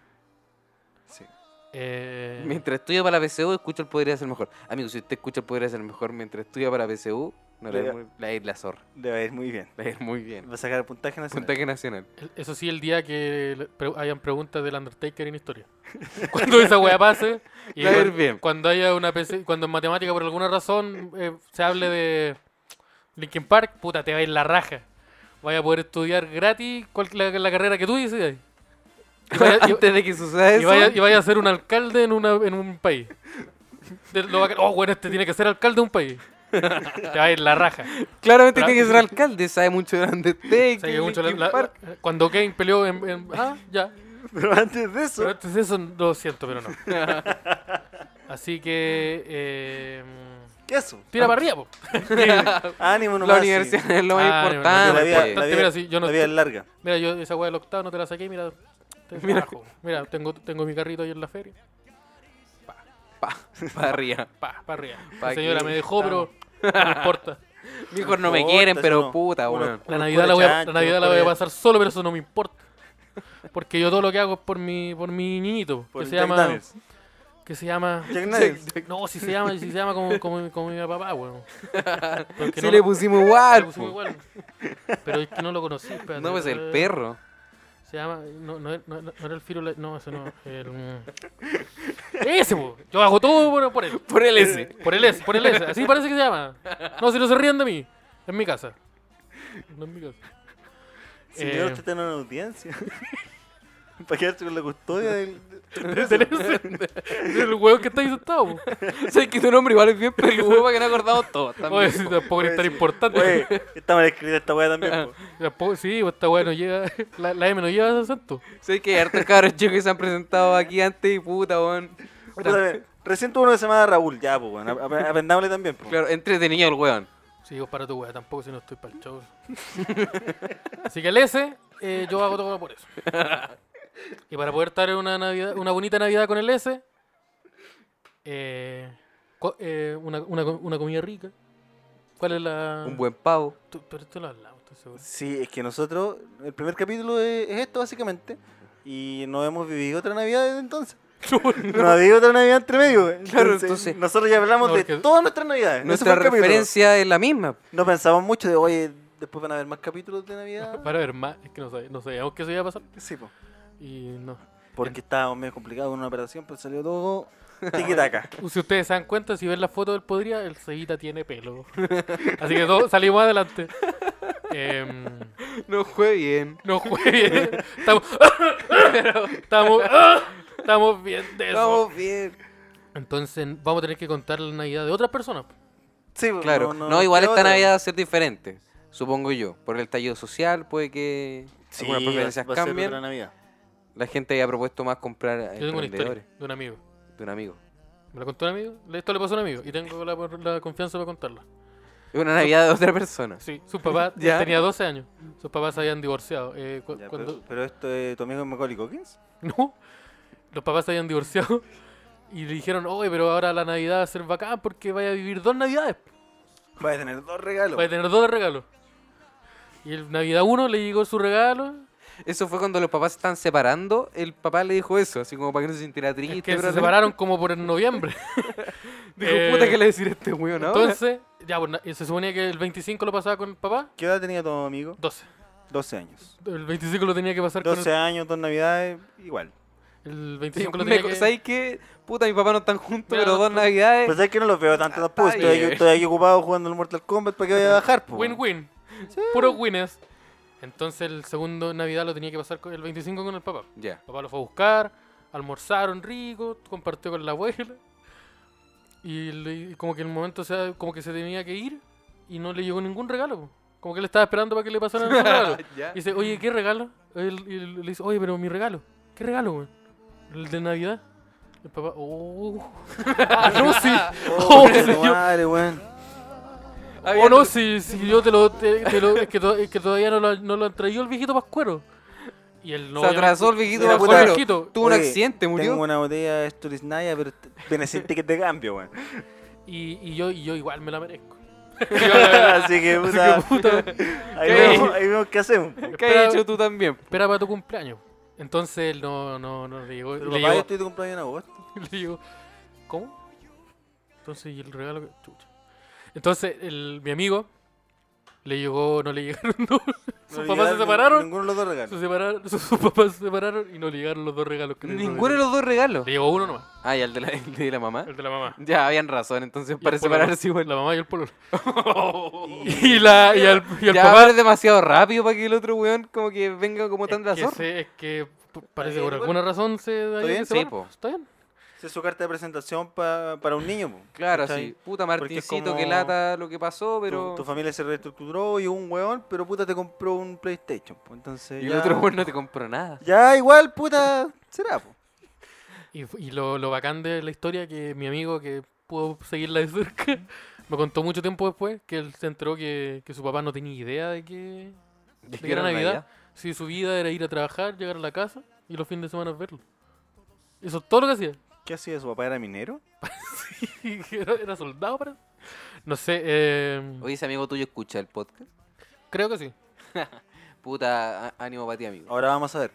Speaker 4: Sí.
Speaker 2: Eh,
Speaker 3: Mientras estudia para la PCU, escucha el Podría ser mejor. Amigo, si usted escucha el Podría ser mejor mientras estudia para la PCU, no le va a ir
Speaker 4: Lea.
Speaker 3: muy- le va a ir la zorra.
Speaker 4: Le va a ir muy bien.
Speaker 3: Le va a ir muy bien.
Speaker 4: Va a sacar el puntaje nacional.
Speaker 3: Puntaje nacional.
Speaker 2: el- eso sí, el día que le- pre- hayan preguntas del Undertaker en historia. Cuando esa weá pase. Y
Speaker 3: Le va a ir
Speaker 2: cuan-
Speaker 3: bien.
Speaker 2: Cuando haya una PC cuando en matemática por alguna razón eh, se hable de Linkin Park, puta, te va a ir la raja. Vaya a poder estudiar gratis cual- la, la carrera que tú decidas. Y vaya- y-
Speaker 3: Antes de que suceda eso.
Speaker 2: Y vaya, y vaya a ser un alcalde en, una, en un país. De- lo va a- oh, bueno, este tiene que ser alcalde de un país. Te va a ir la raja.
Speaker 3: Claramente
Speaker 2: Claro.
Speaker 3: tiene que ser alcalde, sabe mucho de Undertaker.
Speaker 2: O sea, que mucho la-
Speaker 3: Linkin
Speaker 2: la-
Speaker 3: Park.
Speaker 2: cuando Kane peleó en, en- Ah, ya.
Speaker 4: Pero antes de
Speaker 2: Pero
Speaker 4: eso,
Speaker 2: antes de eso lo siento, pero no. Así que... eh, mm,
Speaker 4: ¿qué eso?
Speaker 2: tira para arriba, po.
Speaker 4: Ánimo
Speaker 3: La
Speaker 4: nomás. sí.
Speaker 3: universidad es lo más
Speaker 2: Ah, no, no,
Speaker 4: Porque
Speaker 2: no,
Speaker 3: importante.
Speaker 4: la vida,
Speaker 2: importante,
Speaker 4: la vida-
Speaker 2: mira, sí, yo no
Speaker 4: la vida es
Speaker 2: estoy-
Speaker 4: larga.
Speaker 2: Mira, yo esa weá del octavo no te la saqué, mira. te
Speaker 3: Mira.
Speaker 2: bajo. Mira, tengo, tengo mi carrito ahí en la feria.
Speaker 3: Pa, pa arriba.
Speaker 2: Pa, para arriba.
Speaker 3: Pa'
Speaker 2: La señora
Speaker 3: aquí
Speaker 2: me dejó, pero no me importa.
Speaker 3: Mejor no me
Speaker 4: importa,
Speaker 3: quieren,
Speaker 4: si
Speaker 3: pero
Speaker 4: no-
Speaker 3: puta,
Speaker 4: uno-
Speaker 3: weón.
Speaker 2: La
Speaker 4: Unos
Speaker 2: Navidad, la voy, a, la
Speaker 4: curachanchos,
Speaker 2: Navidad la
Speaker 4: unos
Speaker 2: voy a
Speaker 4: cura-
Speaker 2: pasar solo, pero eso no me importa. Porque yo todo lo que hago es por mi, por mi niñito,
Speaker 4: Por
Speaker 2: que
Speaker 4: el
Speaker 2: se
Speaker 4: Jack
Speaker 2: llama... eh,
Speaker 4: Daniels.
Speaker 2: Que se llama...
Speaker 4: Jack Daniels.
Speaker 2: No, si se llama, si se llama como, como, como mi papá, weón. Pero es que
Speaker 3: Si
Speaker 2: no
Speaker 3: le
Speaker 2: lo-
Speaker 3: pusimos
Speaker 2: le
Speaker 3: igual.
Speaker 2: pusimos
Speaker 3: po.
Speaker 2: igual. Pero es que no lo conocí, espérate.
Speaker 3: No, pues el
Speaker 2: Eh,
Speaker 3: perro.
Speaker 2: Se llama... No, no, no, no era el Firula... No, ese no. El... mm. Ese, po. Yo hago todo por, por él. Eh,
Speaker 3: Por el S.
Speaker 2: Por el S, por el S. Así parece que se llama. No, si no se ríen de mí. Es mi casa. No es mi casa.
Speaker 4: Señor,
Speaker 2: Eh,
Speaker 4: usted tiene una audiencia. Para quedarse con la custodia del...
Speaker 2: de detenerse del huevo que está ahí sentado. po.
Speaker 3: Sabes que tu nombre igual es bien peludo para que no acordamos todos.
Speaker 2: Oye,
Speaker 3: También,
Speaker 2: si
Speaker 3: po.
Speaker 2: tampoco eres tan importante.
Speaker 4: Oye, está mal escrita esta weá
Speaker 3: Ah,
Speaker 4: también, po.
Speaker 2: Tampoco- sí, pues, esta weá no llega. La, la M no lleva ese acento.
Speaker 3: Sé que hay hartos cabros chicos que se han presentado aquí antes y puta, weón.
Speaker 4: Puta, a
Speaker 3: ah.
Speaker 4: ver, Recién tuvo uno que se llama Raúl, ya, po, weón. Ap- ap- Aprendámosle también, po.
Speaker 3: Claro, entretenido el weón.
Speaker 2: Sí, vos para tu weá, tampoco si no estoy para el show. Así que el S, eh, yo hago todo por eso. Y para poder estar en una, Navidad, una bonita Navidad con el S, eh, co- eh, una, una co- una comida rica. ¿Cuál es la...?
Speaker 3: Un buen pavo.
Speaker 2: Tú- pero esto lo hablamos, estoy seguro.
Speaker 4: Sí, es que nosotros, el primer capítulo es, es esto, básicamente. Y no hemos vivido otra Navidad desde entonces. No, ha habido otra Navidad entre medio. Entonces,
Speaker 3: entonces-
Speaker 4: Nosotros ya hablamos
Speaker 2: No,
Speaker 4: de
Speaker 2: porque-
Speaker 4: todas nuestras Navidades. Ese fue
Speaker 3: Nuestra
Speaker 4: el capítulo.
Speaker 3: referencia es la misma.
Speaker 4: No pensamos mucho de, oye, después van a haber más capítulos de Navidad.
Speaker 2: Para ver más, es que no, sabía- no sabíamos que eso iba a pasar.
Speaker 4: Sí, po.
Speaker 2: Y no.
Speaker 4: Porque estábamos medio complicados con una operación, pues salió todo tiquitaca.
Speaker 2: Si ustedes se dan cuenta, si ven la foto del Podría, el Cevita tiene pelo. Así que todos salimos adelante. Em,
Speaker 3: No fue bien.
Speaker 2: no juegues. Estamos. estamos. estamos bien de eso.
Speaker 3: Estamos bien.
Speaker 2: Entonces, vamos a tener que contar la Navidad de otras personas.
Speaker 4: Sí, po,
Speaker 3: Claro. No, igual
Speaker 4: ¿qué
Speaker 3: esta
Speaker 4: otra?
Speaker 3: Navidad va a ser diferente. Supongo yo. Por el estallido social, puede que
Speaker 4: Sí,
Speaker 3: algunas preferencias
Speaker 4: va a ser
Speaker 3: cambien.
Speaker 4: otra Navidad.
Speaker 3: La gente haya propuesto más comprar a
Speaker 2: Yo tengo una historia
Speaker 3: emprendedores
Speaker 2: de un amigo.
Speaker 3: de un amigo.
Speaker 2: ¿Me la contó un amigo? Esto le pasó a un amigo y tengo la, la confianza para contarla.
Speaker 3: Es una Navidad de otra persona.
Speaker 2: Sí, su papá
Speaker 3: Ya.
Speaker 2: tenía 12 años. Sus papás se habían divorciado. Eh, cu-
Speaker 4: Ya,
Speaker 2: cuando,
Speaker 4: pero, pero esto es tu amigo es Macaulay Culkin?
Speaker 2: No. Los papás se habían divorciado y le dijeron, oye, pero ahora la Navidad va a ser bacán porque vaya a vivir dos Navidades.
Speaker 4: Va a tener dos regalos.
Speaker 2: Vaya a tener dos regalos. Y el Navidad 1 le llegó su regalo.
Speaker 3: Eso fue cuando los papás se están separando. El papá le dijo eso, así como para que no se sintiera triste.
Speaker 2: Es que
Speaker 3: pero-
Speaker 2: se separaron como por el noviembre.
Speaker 3: Dijo,
Speaker 2: Eh,
Speaker 3: puta, ¿qué le decir a este weón ahora?
Speaker 2: Entonces, ya, pues, na- se suponía que el 25 lo pasaba con el papá.
Speaker 4: ¿Qué edad tenía tu amigo?
Speaker 2: 12.
Speaker 4: 12 años.
Speaker 2: El 25 lo tenía que pasar con
Speaker 4: 12
Speaker 2: el...
Speaker 4: años, dos Navidades, igual.
Speaker 2: El
Speaker 3: Sí,
Speaker 2: 25 lo
Speaker 3: me
Speaker 2: tenía
Speaker 3: co-
Speaker 2: que...
Speaker 3: ¿Sabes qué? Puta, mi papá no están juntos,
Speaker 2: Mira,
Speaker 3: pero dos
Speaker 2: no-
Speaker 3: navidades.
Speaker 4: Pues es que no los veo tanto tampoco.
Speaker 3: está
Speaker 4: Estoy, aquí-
Speaker 3: bien.
Speaker 4: estoy aquí ocupado jugando al Mortal Kombat para que vaya a bajar. po.
Speaker 2: Win-win. Puros winners. Entonces el segundo Navidad lo tenía que pasar con- el 25 con el papá.
Speaker 3: Ya.
Speaker 2: Papá lo fue a buscar, almorzaron rico, compartió con la abuela. Y, le- y como que en el momento o sea, como que se tenía que ir y no le llegó ningún regalo. po. Como que le estaba esperando para que le pasaran su regalo.
Speaker 3: Ah,
Speaker 4: eh,
Speaker 3: Ya.
Speaker 2: Y dice, oye, ¿qué regalo? Él, y él le dice, oye, pero mi regalo. ¿Qué regalo, güey? El de Navidad. El papá, oh. Ah, no, sí.
Speaker 4: Oh,
Speaker 2: Oh,
Speaker 4: qué
Speaker 2: sí, yo-
Speaker 4: madre, weón.
Speaker 3: Había
Speaker 2: oh, no, si,
Speaker 3: tres-
Speaker 2: si yo te lo... te- te lo- es, que to- es que todavía no lo, no lo han traído el viejito Pascuero. Y él no...
Speaker 3: se
Speaker 2: obviamente-
Speaker 3: atrasó el viejito
Speaker 2: se atrasó
Speaker 3: Pascuero.
Speaker 2: el viejito.
Speaker 3: Tuvo un
Speaker 4: Oye,
Speaker 3: accidente, murió.
Speaker 4: Tengo una botella de Sturisnaya, pero te- te necesito que te cambio, weón.
Speaker 2: Y, y yo, y yo igual me la merezco.
Speaker 4: Así que, puta,
Speaker 2: Puta,
Speaker 4: ahí,
Speaker 3: ¿qué?
Speaker 4: vemos, ahí vemos qué hacemos.
Speaker 3: ¿Qué
Speaker 2: espera-
Speaker 3: has hecho tú también?
Speaker 2: espera para tu cumpleaños. Entonces no, no, no le llegó.
Speaker 4: Pero
Speaker 2: le,
Speaker 4: papá, yo
Speaker 2: llegó
Speaker 4: estoy de cumpleaños en agosto.
Speaker 2: le llegó, ¿Cómo? Entonces, y el regalo que. Chucha. Entonces, el, mi amigo le llegó, no le llegaron dos. Sus
Speaker 4: No
Speaker 2: papás
Speaker 4: llegaron
Speaker 2: se separaron.
Speaker 4: Ninguno de los dos regalos.
Speaker 2: Sus, separaron- sus- sus papás se separaron y no le llegaron los dos regalos. que le-
Speaker 3: Ninguno de los dos regalos.
Speaker 2: Le llegó uno nomás,
Speaker 3: Ah, y el de la, el de la mamá.
Speaker 2: el de la mamá.
Speaker 3: Ya, habían razón, entonces
Speaker 2: Y
Speaker 3: para
Speaker 2: el pololo,
Speaker 3: separarse igual.
Speaker 2: La mamá y el pololo. y, la, y al, y al
Speaker 3: ya
Speaker 2: papá.
Speaker 3: pero es demasiado rápido para que el otro weón como que venga como tan de
Speaker 2: es, que
Speaker 3: azor.
Speaker 2: se- es que p- parece
Speaker 4: bien,
Speaker 2: por
Speaker 4: igual.
Speaker 2: alguna razón se da
Speaker 4: bien,
Speaker 2: que se
Speaker 3: sí,
Speaker 2: separa.
Speaker 3: po.
Speaker 2: Está bien.
Speaker 4: Esa es su carta de presentación pa- para un niño, po.
Speaker 3: Claro,
Speaker 4: ¿Cachai?
Speaker 3: sí. Puta
Speaker 4: Porque es
Speaker 3: Martincito, que
Speaker 4: como-
Speaker 3: lata lo que pasó, pero...
Speaker 4: Tu, tu familia se reestructuró y un weón, pero puta te compró un PlayStation. po. Entonces,
Speaker 3: Y el
Speaker 4: ya,
Speaker 3: otro weón no te compró nada.
Speaker 4: ya igual, puta, será. po.
Speaker 2: Y, f- y lo, lo bacán de la historia que mi amigo que pudo seguirla de cerca me contó mucho tiempo después que él se enteró que, que su papá no tenía idea de que
Speaker 3: ¿De
Speaker 2: que era Navidad. si su vida era ir a trabajar, llegar a la casa y los fines de semana verlo. Eso es todo lo que hacía.
Speaker 4: ¿Qué hacía su papá? ¿Era minero?
Speaker 2: Y era, era soldado para... No sé, eh,
Speaker 3: Oye, ese amigo tuyo escucha el podcast.
Speaker 2: creo que sí.
Speaker 3: Puta, á- ánimo para ti, amigo.
Speaker 4: Ahora vamos a ver.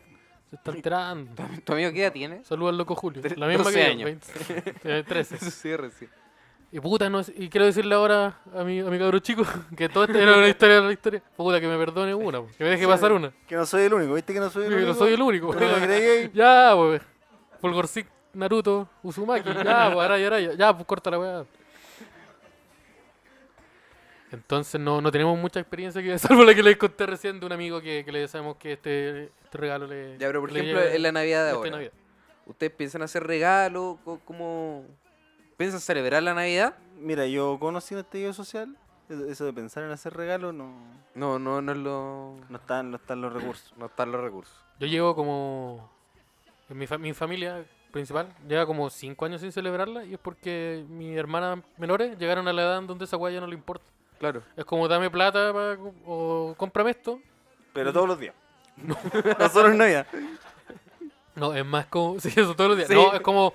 Speaker 2: Se está enterando.
Speaker 3: ¿Tu amigo qué edad tiene?
Speaker 2: Saludos al loco Julio.
Speaker 3: Tre-
Speaker 2: La misma
Speaker 3: 12
Speaker 2: que yo,
Speaker 3: años.
Speaker 2: 20, eh, 13.
Speaker 3: Sí, recién.
Speaker 2: Y puta, no sé- y quiero decirle ahora a mi, a mi cabro chico que todo esto era una historia de la historia. Puta, que me perdone una, po, que me deje pasar una.
Speaker 4: Que no soy el único, ¿viste que no soy el
Speaker 2: Que
Speaker 4: único?
Speaker 2: no soy el único.
Speaker 4: ¿Tú no creí?
Speaker 2: ya, pues. Fulgorcik, Naruto, Uzumaki, ya, pues, Araya, Araya. Ya, pues, corta la weá. Entonces no, no tenemos mucha experiencia que salvo la que les conté recién de un amigo que, que le decíamos que este, este regalo le.
Speaker 3: Ya, pero por
Speaker 2: le
Speaker 3: ejemplo,
Speaker 2: llega
Speaker 3: en la Navidad de
Speaker 2: esta
Speaker 3: ahora.
Speaker 2: Navidad.
Speaker 3: ¿Ustedes piensan hacer regalos? Co- ¿Cómo piensan celebrar la Navidad?
Speaker 4: Mira, yo conocí un estallido social. Eso eso de pensar en hacer regalos no,
Speaker 3: No, no, no es lo...
Speaker 4: no, están, no están los recursos.
Speaker 3: No están los recursos.
Speaker 2: Yo llevo como. en Mi, fa- mi familia principal lleva como 5 años sin celebrarla y es porque mis hermanas menores llegaron a la edad en donde esa weá ya no le importa.
Speaker 3: Claro.
Speaker 2: Es como dame plata pa- o cómprame esto.
Speaker 4: Pero todos los días. No solo en Navidad.
Speaker 2: No, es más como. Sí, eso todos los días.
Speaker 3: Sí.
Speaker 2: No, es como.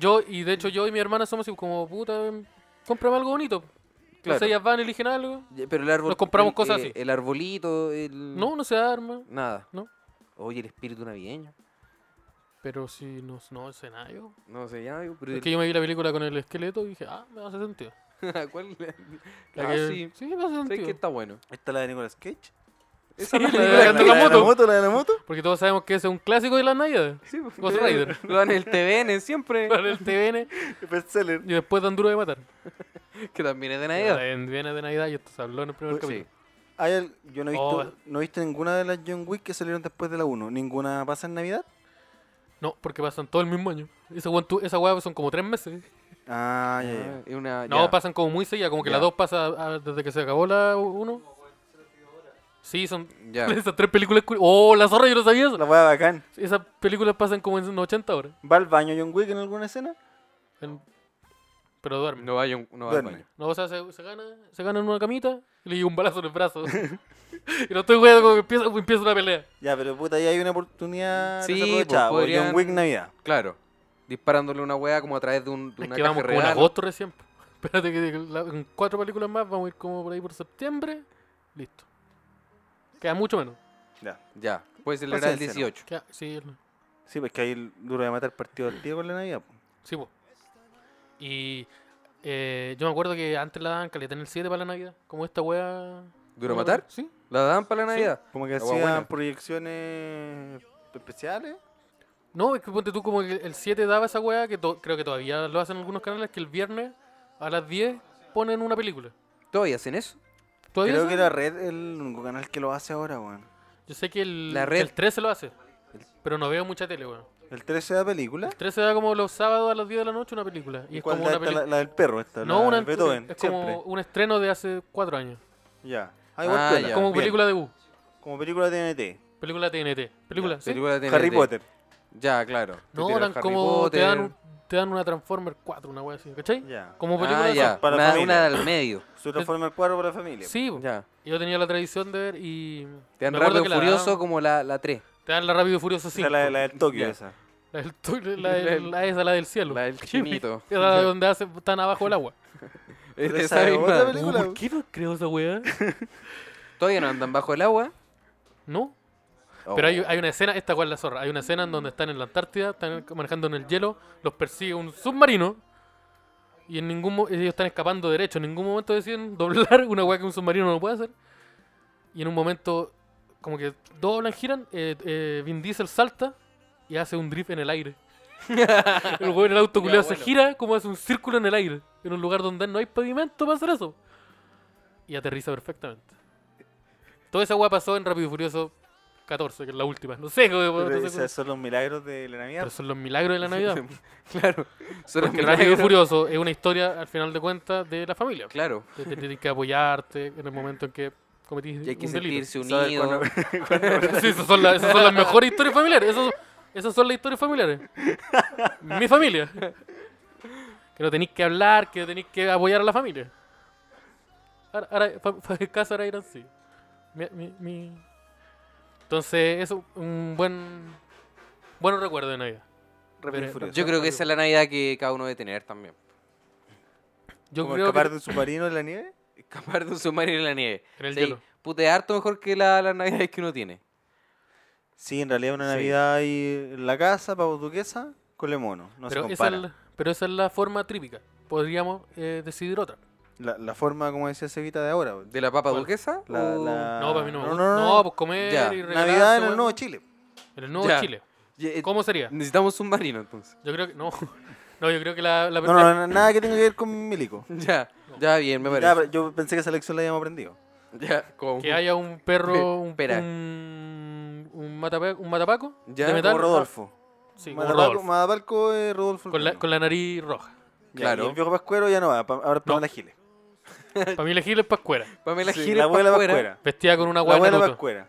Speaker 2: Yo, y de hecho yo y mi hermana somos así como, puta, em, cómprame algo bonito.
Speaker 3: Claro.
Speaker 2: Entonces ellas van, eligen algo.
Speaker 3: Ye- Pero el árbol...
Speaker 2: Nos compramos
Speaker 3: el-
Speaker 2: cosas
Speaker 3: eh,
Speaker 2: así.
Speaker 3: El arbolito, el...
Speaker 2: No, no se arma.
Speaker 3: Nada.
Speaker 2: No.
Speaker 3: Oye, el espíritu navideño.
Speaker 2: Pero si no, no sé nada yo.
Speaker 3: No sé, ya digo, pero...
Speaker 2: Es que yo me vi la película con el esqueleto y dije, ah, me hace sentido.
Speaker 3: ¿Cuál?
Speaker 2: La
Speaker 3: Ah,
Speaker 2: que-
Speaker 3: sí.
Speaker 2: sí, me hace
Speaker 3: Sé que
Speaker 2: sentido.
Speaker 3: está bueno.
Speaker 4: Esta es la de Nicolas Cage.
Speaker 3: Esa es la
Speaker 2: la de-
Speaker 3: película que
Speaker 2: la
Speaker 3: anda
Speaker 2: de
Speaker 3: la
Speaker 2: la
Speaker 4: de la
Speaker 2: moto.
Speaker 4: moto, la de la moto.
Speaker 2: Porque todos sabemos que ese es un clásico de las navidades.
Speaker 3: Sí, pues,
Speaker 2: Ghost Rider.
Speaker 3: Lo dan en el TVN siempre.
Speaker 2: Para el TVN
Speaker 4: Bestseller.
Speaker 2: y después dan duro de matar.
Speaker 3: que también es de Navidad.
Speaker 2: En Viene de Navidad y esto se habló en el primer
Speaker 4: Uy,
Speaker 2: capítulo.
Speaker 3: Sí.
Speaker 4: Hay al- yo no he, visto,
Speaker 2: Oh.
Speaker 4: no he visto ninguna de las John Wick que salieron después de la 1. Ninguna pasa en Navidad.
Speaker 2: No, porque pasan todo el mismo año. Esa weá tu- esa weá son como tres meses.
Speaker 4: Ah, ya,
Speaker 3: Ah,
Speaker 4: ya.
Speaker 3: es una,
Speaker 2: No,
Speaker 3: ya.
Speaker 2: pasan como muy seguida, como que
Speaker 3: Ya.
Speaker 2: la dos pasa ah, desde que se acabó la u- uno. Sí, son
Speaker 3: Ya.
Speaker 2: esas tres películas. curi- Oh, la zorra, yo no sabía eso.
Speaker 4: La wea bacán.
Speaker 2: Esas películas pasan como en 80 horas.
Speaker 4: ¿Va al baño John Wick en alguna escena?
Speaker 2: En- Pero duerme.
Speaker 3: No vaya un- no va al
Speaker 4: Duerme.
Speaker 3: baño.
Speaker 2: No, o sea, se, se gana, se gana en una camita y le llega un balazo en el brazo. y no estoy jugando como que empieza, empieza una pelea.
Speaker 4: Ya, pero puta, ahí hay una oportunidad
Speaker 3: Sí,
Speaker 4: desaprovechada,
Speaker 3: pues,
Speaker 4: po,
Speaker 3: podrían-
Speaker 4: John Wick Navidad.
Speaker 3: Claro. Disparándole una hueá como a través de, un, de
Speaker 2: Es
Speaker 3: una
Speaker 2: que
Speaker 3: caja
Speaker 2: vamos
Speaker 3: de
Speaker 2: como en
Speaker 3: regalo.
Speaker 2: agosto recién. po. Espérate que la- en cuatro películas más vamos a ir como por ahí por septiembre. Listo. Queda mucho menos.
Speaker 4: Ya.
Speaker 3: Ya. Puede celebrar el
Speaker 4: Paciencia, ¿no?
Speaker 3: 18.
Speaker 2: Queda- sí, el-
Speaker 4: Sí, pues que ahí el duro de matar partido al tío con la Navidad. pues. po.
Speaker 2: sí, po. Y eh, yo me acuerdo que antes la daban caleta en el 7 para la Navidad. Como esta wea.
Speaker 3: ¿Duro a matar?
Speaker 2: Sí.
Speaker 3: ¿La dan para la
Speaker 2: Sí.
Speaker 3: Navidad?
Speaker 4: Como que
Speaker 3: La wea
Speaker 4: hacían
Speaker 3: buena.
Speaker 4: proyecciones especiales.
Speaker 2: No, es que ponte tú como que el 7 daba esa weá que to- creo que todavía lo hacen algunos canales que el viernes a las 10 ponen una película.
Speaker 3: ¿Todavía hacen eso?
Speaker 2: ¿Todavía se
Speaker 4: Creo que
Speaker 2: hace?
Speaker 4: la red es el único canal que lo hace ahora, weón.
Speaker 2: Yo sé que el,
Speaker 3: La
Speaker 2: que
Speaker 3: red.
Speaker 2: el 13 lo hace. Pero no veo mucha tele, weón.
Speaker 4: ¿El 13 da película?
Speaker 2: El 13 da como los sábados a las 10 de la noche una película. Y es
Speaker 4: ¿Cuál
Speaker 2: como una
Speaker 4: da esta? la,
Speaker 2: película.
Speaker 4: la del perro, esta.
Speaker 2: No,
Speaker 4: la
Speaker 2: una
Speaker 4: de Beethoven,
Speaker 2: es
Speaker 4: siempre.
Speaker 2: como un estreno de hace 4 años.
Speaker 4: Ya. Ah, igual
Speaker 3: Ah,
Speaker 4: piola,
Speaker 3: ya.
Speaker 2: como
Speaker 4: bien.
Speaker 2: película de U.
Speaker 4: Como película de TNT.
Speaker 2: Película TNT. Película,
Speaker 3: Ya,
Speaker 2: ¿sí?
Speaker 3: película de
Speaker 4: Harry
Speaker 3: TNT.
Speaker 4: Potter.
Speaker 3: Ya, claro.
Speaker 2: No,
Speaker 3: Te tiran
Speaker 2: dan
Speaker 3: Harry
Speaker 2: como
Speaker 3: Potter.
Speaker 2: te dan un- te dan una Transformer 4, una wea así, ¿cachai?
Speaker 4: Ya.
Speaker 2: Como película
Speaker 3: Ah,
Speaker 2: de
Speaker 3: ya.
Speaker 2: esa.
Speaker 4: para
Speaker 3: una,
Speaker 4: familia.
Speaker 3: una del medio.
Speaker 4: Se transforma el cuadro para la familia.
Speaker 2: Sí, po.
Speaker 3: Ya.
Speaker 2: yo tenía la tradición de ver y
Speaker 3: Te dan
Speaker 2: Uh. me acuerdo
Speaker 3: rápido
Speaker 2: que
Speaker 3: y
Speaker 2: la
Speaker 3: furioso
Speaker 2: daban-
Speaker 3: como la, la 3.
Speaker 2: te dan la Rápido y Furioso
Speaker 4: Esa
Speaker 2: 5.
Speaker 4: es la, la del Tokio,
Speaker 3: Ya.
Speaker 4: esa.
Speaker 2: La del tu- la del- la esa, la del cielo.
Speaker 3: La del chinito.
Speaker 2: Esa la donde hace, están abajo del agua.
Speaker 4: Pero
Speaker 3: Esa
Speaker 4: esa es
Speaker 3: misma.
Speaker 4: otra
Speaker 2: Oh,
Speaker 4: película.
Speaker 2: ¿Por qué no creo esa weá?
Speaker 3: ¿Todavía no andan bajo el agua?
Speaker 2: ¿No?
Speaker 3: Oh.
Speaker 2: Pero hay, hay una escena, esta cual la zorra, hay una escena en donde están en la Antártida, están manejando en el hielo, los persigue un submarino y en ningún mo- ellos están escapando derecho, en ningún momento deciden doblar una weá que un submarino no puede hacer. Y en un momento, como que doblan, giran, eh, eh, Vin Diesel salta y hace un drift en el aire. el weón en el auto
Speaker 3: Ya,
Speaker 2: culiao se
Speaker 3: bueno.
Speaker 2: gira como hace un círculo en el aire, en un lugar donde no hay pavimento para hacer eso. Y aterriza perfectamente. Toda esa weá pasó en Rápido y Furioso 14, que es la última. No sé, weón,
Speaker 4: Pero
Speaker 2: no sé cómo-
Speaker 4: esos son los milagros de la Navidad.
Speaker 2: pero son los milagros de la Navidad.
Speaker 3: claro. Son los
Speaker 2: Porque Rápido y
Speaker 3: milagros.
Speaker 2: Furioso es una historia, al final de cuentas, de la familia.
Speaker 3: Claro.
Speaker 2: Te te tienen que apoyarte en el momento en que cometís
Speaker 3: Y hay que
Speaker 2: un delito.
Speaker 3: sentirse
Speaker 4: ¿Sabes
Speaker 3: unido.
Speaker 4: cuándo-
Speaker 2: Sí, esas son, las- esas son las mejores historias familiares. Esas, esas son las historias familiares. Mi familia. Que no tenéis que hablar, que tenéis que apoyar a la familia. Ahora, ahora, fa- fa- casa ahora irán así. Mi- mi- mi- Entonces, eso es un buen. Buen recuerdo de Navidad.
Speaker 4: Rápido y
Speaker 2: Yo
Speaker 4: Furioso.
Speaker 3: Yo creo que esa es la Navidad que cada uno debe tener también.
Speaker 2: Yo
Speaker 4: Como
Speaker 2: creo
Speaker 4: escapar
Speaker 2: que
Speaker 4: de un submarino en la nieve.
Speaker 3: Escapar de un submarino en la nieve.
Speaker 2: En el
Speaker 3: Sí,
Speaker 2: hielo.
Speaker 3: Puta, es harto mejor que la, las navidades que uno tiene.
Speaker 4: Sí, en realidad una
Speaker 3: Sí.
Speaker 4: Navidad ahí en la casa, para duquesa, con el mono. No
Speaker 2: pero, esa
Speaker 4: se
Speaker 2: es
Speaker 4: compara.
Speaker 2: la, pero esa es la forma típica. Podríamos eh, decidir otra.
Speaker 4: La, la forma, como decía Cevita, de ahora.
Speaker 3: ¿De la papa
Speaker 2: ¿Cuál?
Speaker 3: duquesa? Uh.
Speaker 4: La,
Speaker 3: o-
Speaker 4: la-
Speaker 2: Uh, No, para mí no. me
Speaker 4: Ah, No,
Speaker 2: gusta.
Speaker 4: no, no.
Speaker 2: No, pues comer
Speaker 3: Ya.
Speaker 2: y regalarse.
Speaker 4: Navidad en el
Speaker 2: weón.
Speaker 4: Nuevo Chile.
Speaker 2: En el nuevo
Speaker 3: Ya.
Speaker 2: Chile.
Speaker 3: Y, eh,
Speaker 2: ¿Cómo sería?
Speaker 3: Necesitamos un submarino entonces.
Speaker 2: Yo creo que no. No, yo creo que la, la
Speaker 4: No, no, no, nada que tenga que ver con Milico.
Speaker 3: Ya, ya bien, me
Speaker 4: Ya,
Speaker 3: parece.
Speaker 4: pero yo pensé que esa lección la habíamos aprendido.
Speaker 3: Ya, con-
Speaker 2: que haya un perro, un
Speaker 3: Espera.
Speaker 2: un, un, matape- un matapaco
Speaker 3: Ya,
Speaker 2: de
Speaker 4: Como
Speaker 2: metal. ah,
Speaker 4: Rodolfo.
Speaker 2: Sí, como
Speaker 4: Matapaco-
Speaker 2: Rodolfo.
Speaker 4: Matapaco es Rodolfo.
Speaker 2: Con la, con la nariz roja.
Speaker 4: claro.
Speaker 3: Claro.
Speaker 4: el viejo Pascuero ya no va, pa- ahora es
Speaker 2: No.
Speaker 4: Pamela Giles.
Speaker 2: Pamela Giles Pascuera.
Speaker 3: Pamela
Speaker 4: Sí,
Speaker 3: Giles
Speaker 4: la abuela
Speaker 3: Pascuera.
Speaker 4: Pascuera.
Speaker 2: Vestida con una
Speaker 4: La
Speaker 2: guay
Speaker 4: abuela
Speaker 2: Naruto.
Speaker 4: Pascuera.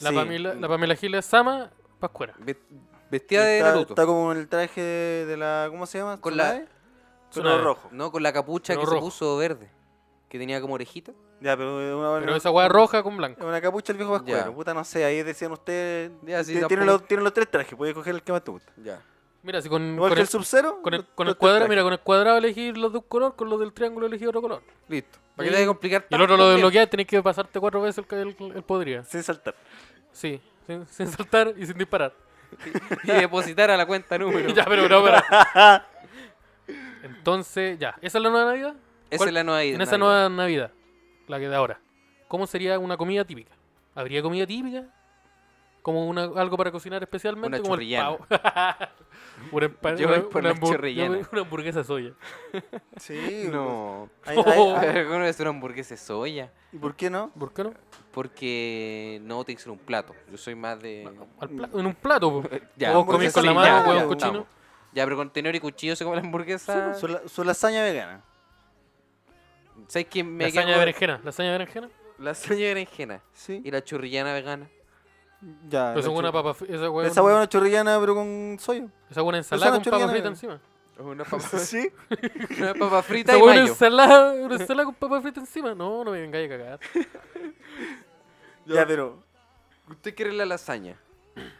Speaker 2: La,
Speaker 4: Sí.
Speaker 2: Pamela, la Pamela Giles Sama Pascuera.
Speaker 3: Ve- Vestida de
Speaker 4: está,
Speaker 3: Naruto.
Speaker 4: está como en el traje de, de la. ¿Cómo se llama?
Speaker 3: Con la-
Speaker 4: ¿Tsunae? Pero
Speaker 2: Tsunae.
Speaker 4: rojo.
Speaker 3: No, con la capucha
Speaker 2: Pero
Speaker 3: que
Speaker 2: rojo.
Speaker 3: se puso verde. Que tenía como orejita.
Speaker 4: Ya, pero es una,
Speaker 2: Pero esa guay roja con blanco.
Speaker 4: es una capucha el viejo Pascuero.
Speaker 3: Ya.
Speaker 4: Puta, no sé, ahí decían ustedes.
Speaker 3: Ya, sí,
Speaker 4: ti-
Speaker 3: tampoco-
Speaker 4: tienen, los, tienen los tres trajes, puedes coger el que más te gusta.
Speaker 3: Ya.
Speaker 2: Mira, si con,
Speaker 4: Igual
Speaker 2: con
Speaker 4: que el,
Speaker 2: el,
Speaker 4: Sub-Zero.
Speaker 2: con el,
Speaker 4: los-
Speaker 2: con el
Speaker 4: los tres
Speaker 2: cuadrado,
Speaker 4: trajes.
Speaker 2: mira, con el cuadrado elegir los de un color, con los del triángulo elegir otro color.
Speaker 3: Listo. ¿Para qué te vas a complicar
Speaker 4: Ah,
Speaker 2: Y el otro
Speaker 3: tanto,
Speaker 2: lo
Speaker 3: Gabriel?
Speaker 2: desbloqueas, tenés que pasarte cuatro veces el, el, el podría.
Speaker 4: Sin saltar.
Speaker 2: Sí, sin, sin saltar y sin disparar.
Speaker 3: Y depositar a la cuenta número.
Speaker 2: ya, pero no, pero. Entonces, ya. ¿Esa es la nueva Navidad?
Speaker 3: Esa
Speaker 2: ¿Cuál-
Speaker 3: es la nueva
Speaker 2: En esa nueva Navidad, la que de ahora, ¿cómo sería una comida típica? ¿Habría comida típica? ¿Como una, algo para cocinar especialmente?
Speaker 3: Una
Speaker 2: como el
Speaker 3: chorrillana.
Speaker 2: pavo. una, empa-
Speaker 3: Yo voy por la
Speaker 2: hambur-
Speaker 3: chorrillana.
Speaker 2: yo voy- una hamburguesa de soya.
Speaker 4: Sí,
Speaker 3: No.
Speaker 4: pues. Ahí- ahí-
Speaker 2: No.
Speaker 4: ahí-
Speaker 3: ¿Alguna vez una hamburguesa de soya?
Speaker 4: ¿Y por qué no?
Speaker 2: ¿Por qué no?
Speaker 3: Porque no te hicieron un plato. Yo soy más de.
Speaker 2: Al pla- en un plato. po.
Speaker 3: Ya,
Speaker 2: O vos comís con la
Speaker 3: sí,
Speaker 2: mano,
Speaker 3: ya,
Speaker 2: o
Speaker 3: ya,
Speaker 2: un cochino.
Speaker 3: estamos. Ya, pero con tenedor y cuchillo se come la hamburguesa.
Speaker 4: Su, la- su lasaña vegana.
Speaker 3: ¿Sabes qué? Me
Speaker 2: Lasaña
Speaker 3: quedo
Speaker 2: de
Speaker 3: con- Ah,
Speaker 2: berenjena. Lasaña de berenjena.
Speaker 3: Lasaña de berenjena.
Speaker 4: Sí.
Speaker 3: Y la churrillana vegana.
Speaker 4: Ya.
Speaker 2: Pero
Speaker 4: la
Speaker 2: eso es una
Speaker 4: chur-
Speaker 2: papa fri- Esa hueá
Speaker 4: Esa hueá es una chorrillana, pero con soya.
Speaker 2: Esa hueá una
Speaker 4: es
Speaker 2: ensalada con
Speaker 4: una
Speaker 2: papa
Speaker 4: chorrillana.
Speaker 2: frita encima.
Speaker 3: Una papa,
Speaker 4: Sí.
Speaker 3: una papa frita
Speaker 2: Esa
Speaker 3: y
Speaker 2: hueá una
Speaker 3: mayo.
Speaker 2: ensalada, una ensalada con papa frita encima. No, no me vengáis a cagar.
Speaker 4: Ya, pero.
Speaker 3: ¿Usted quiere la lasaña?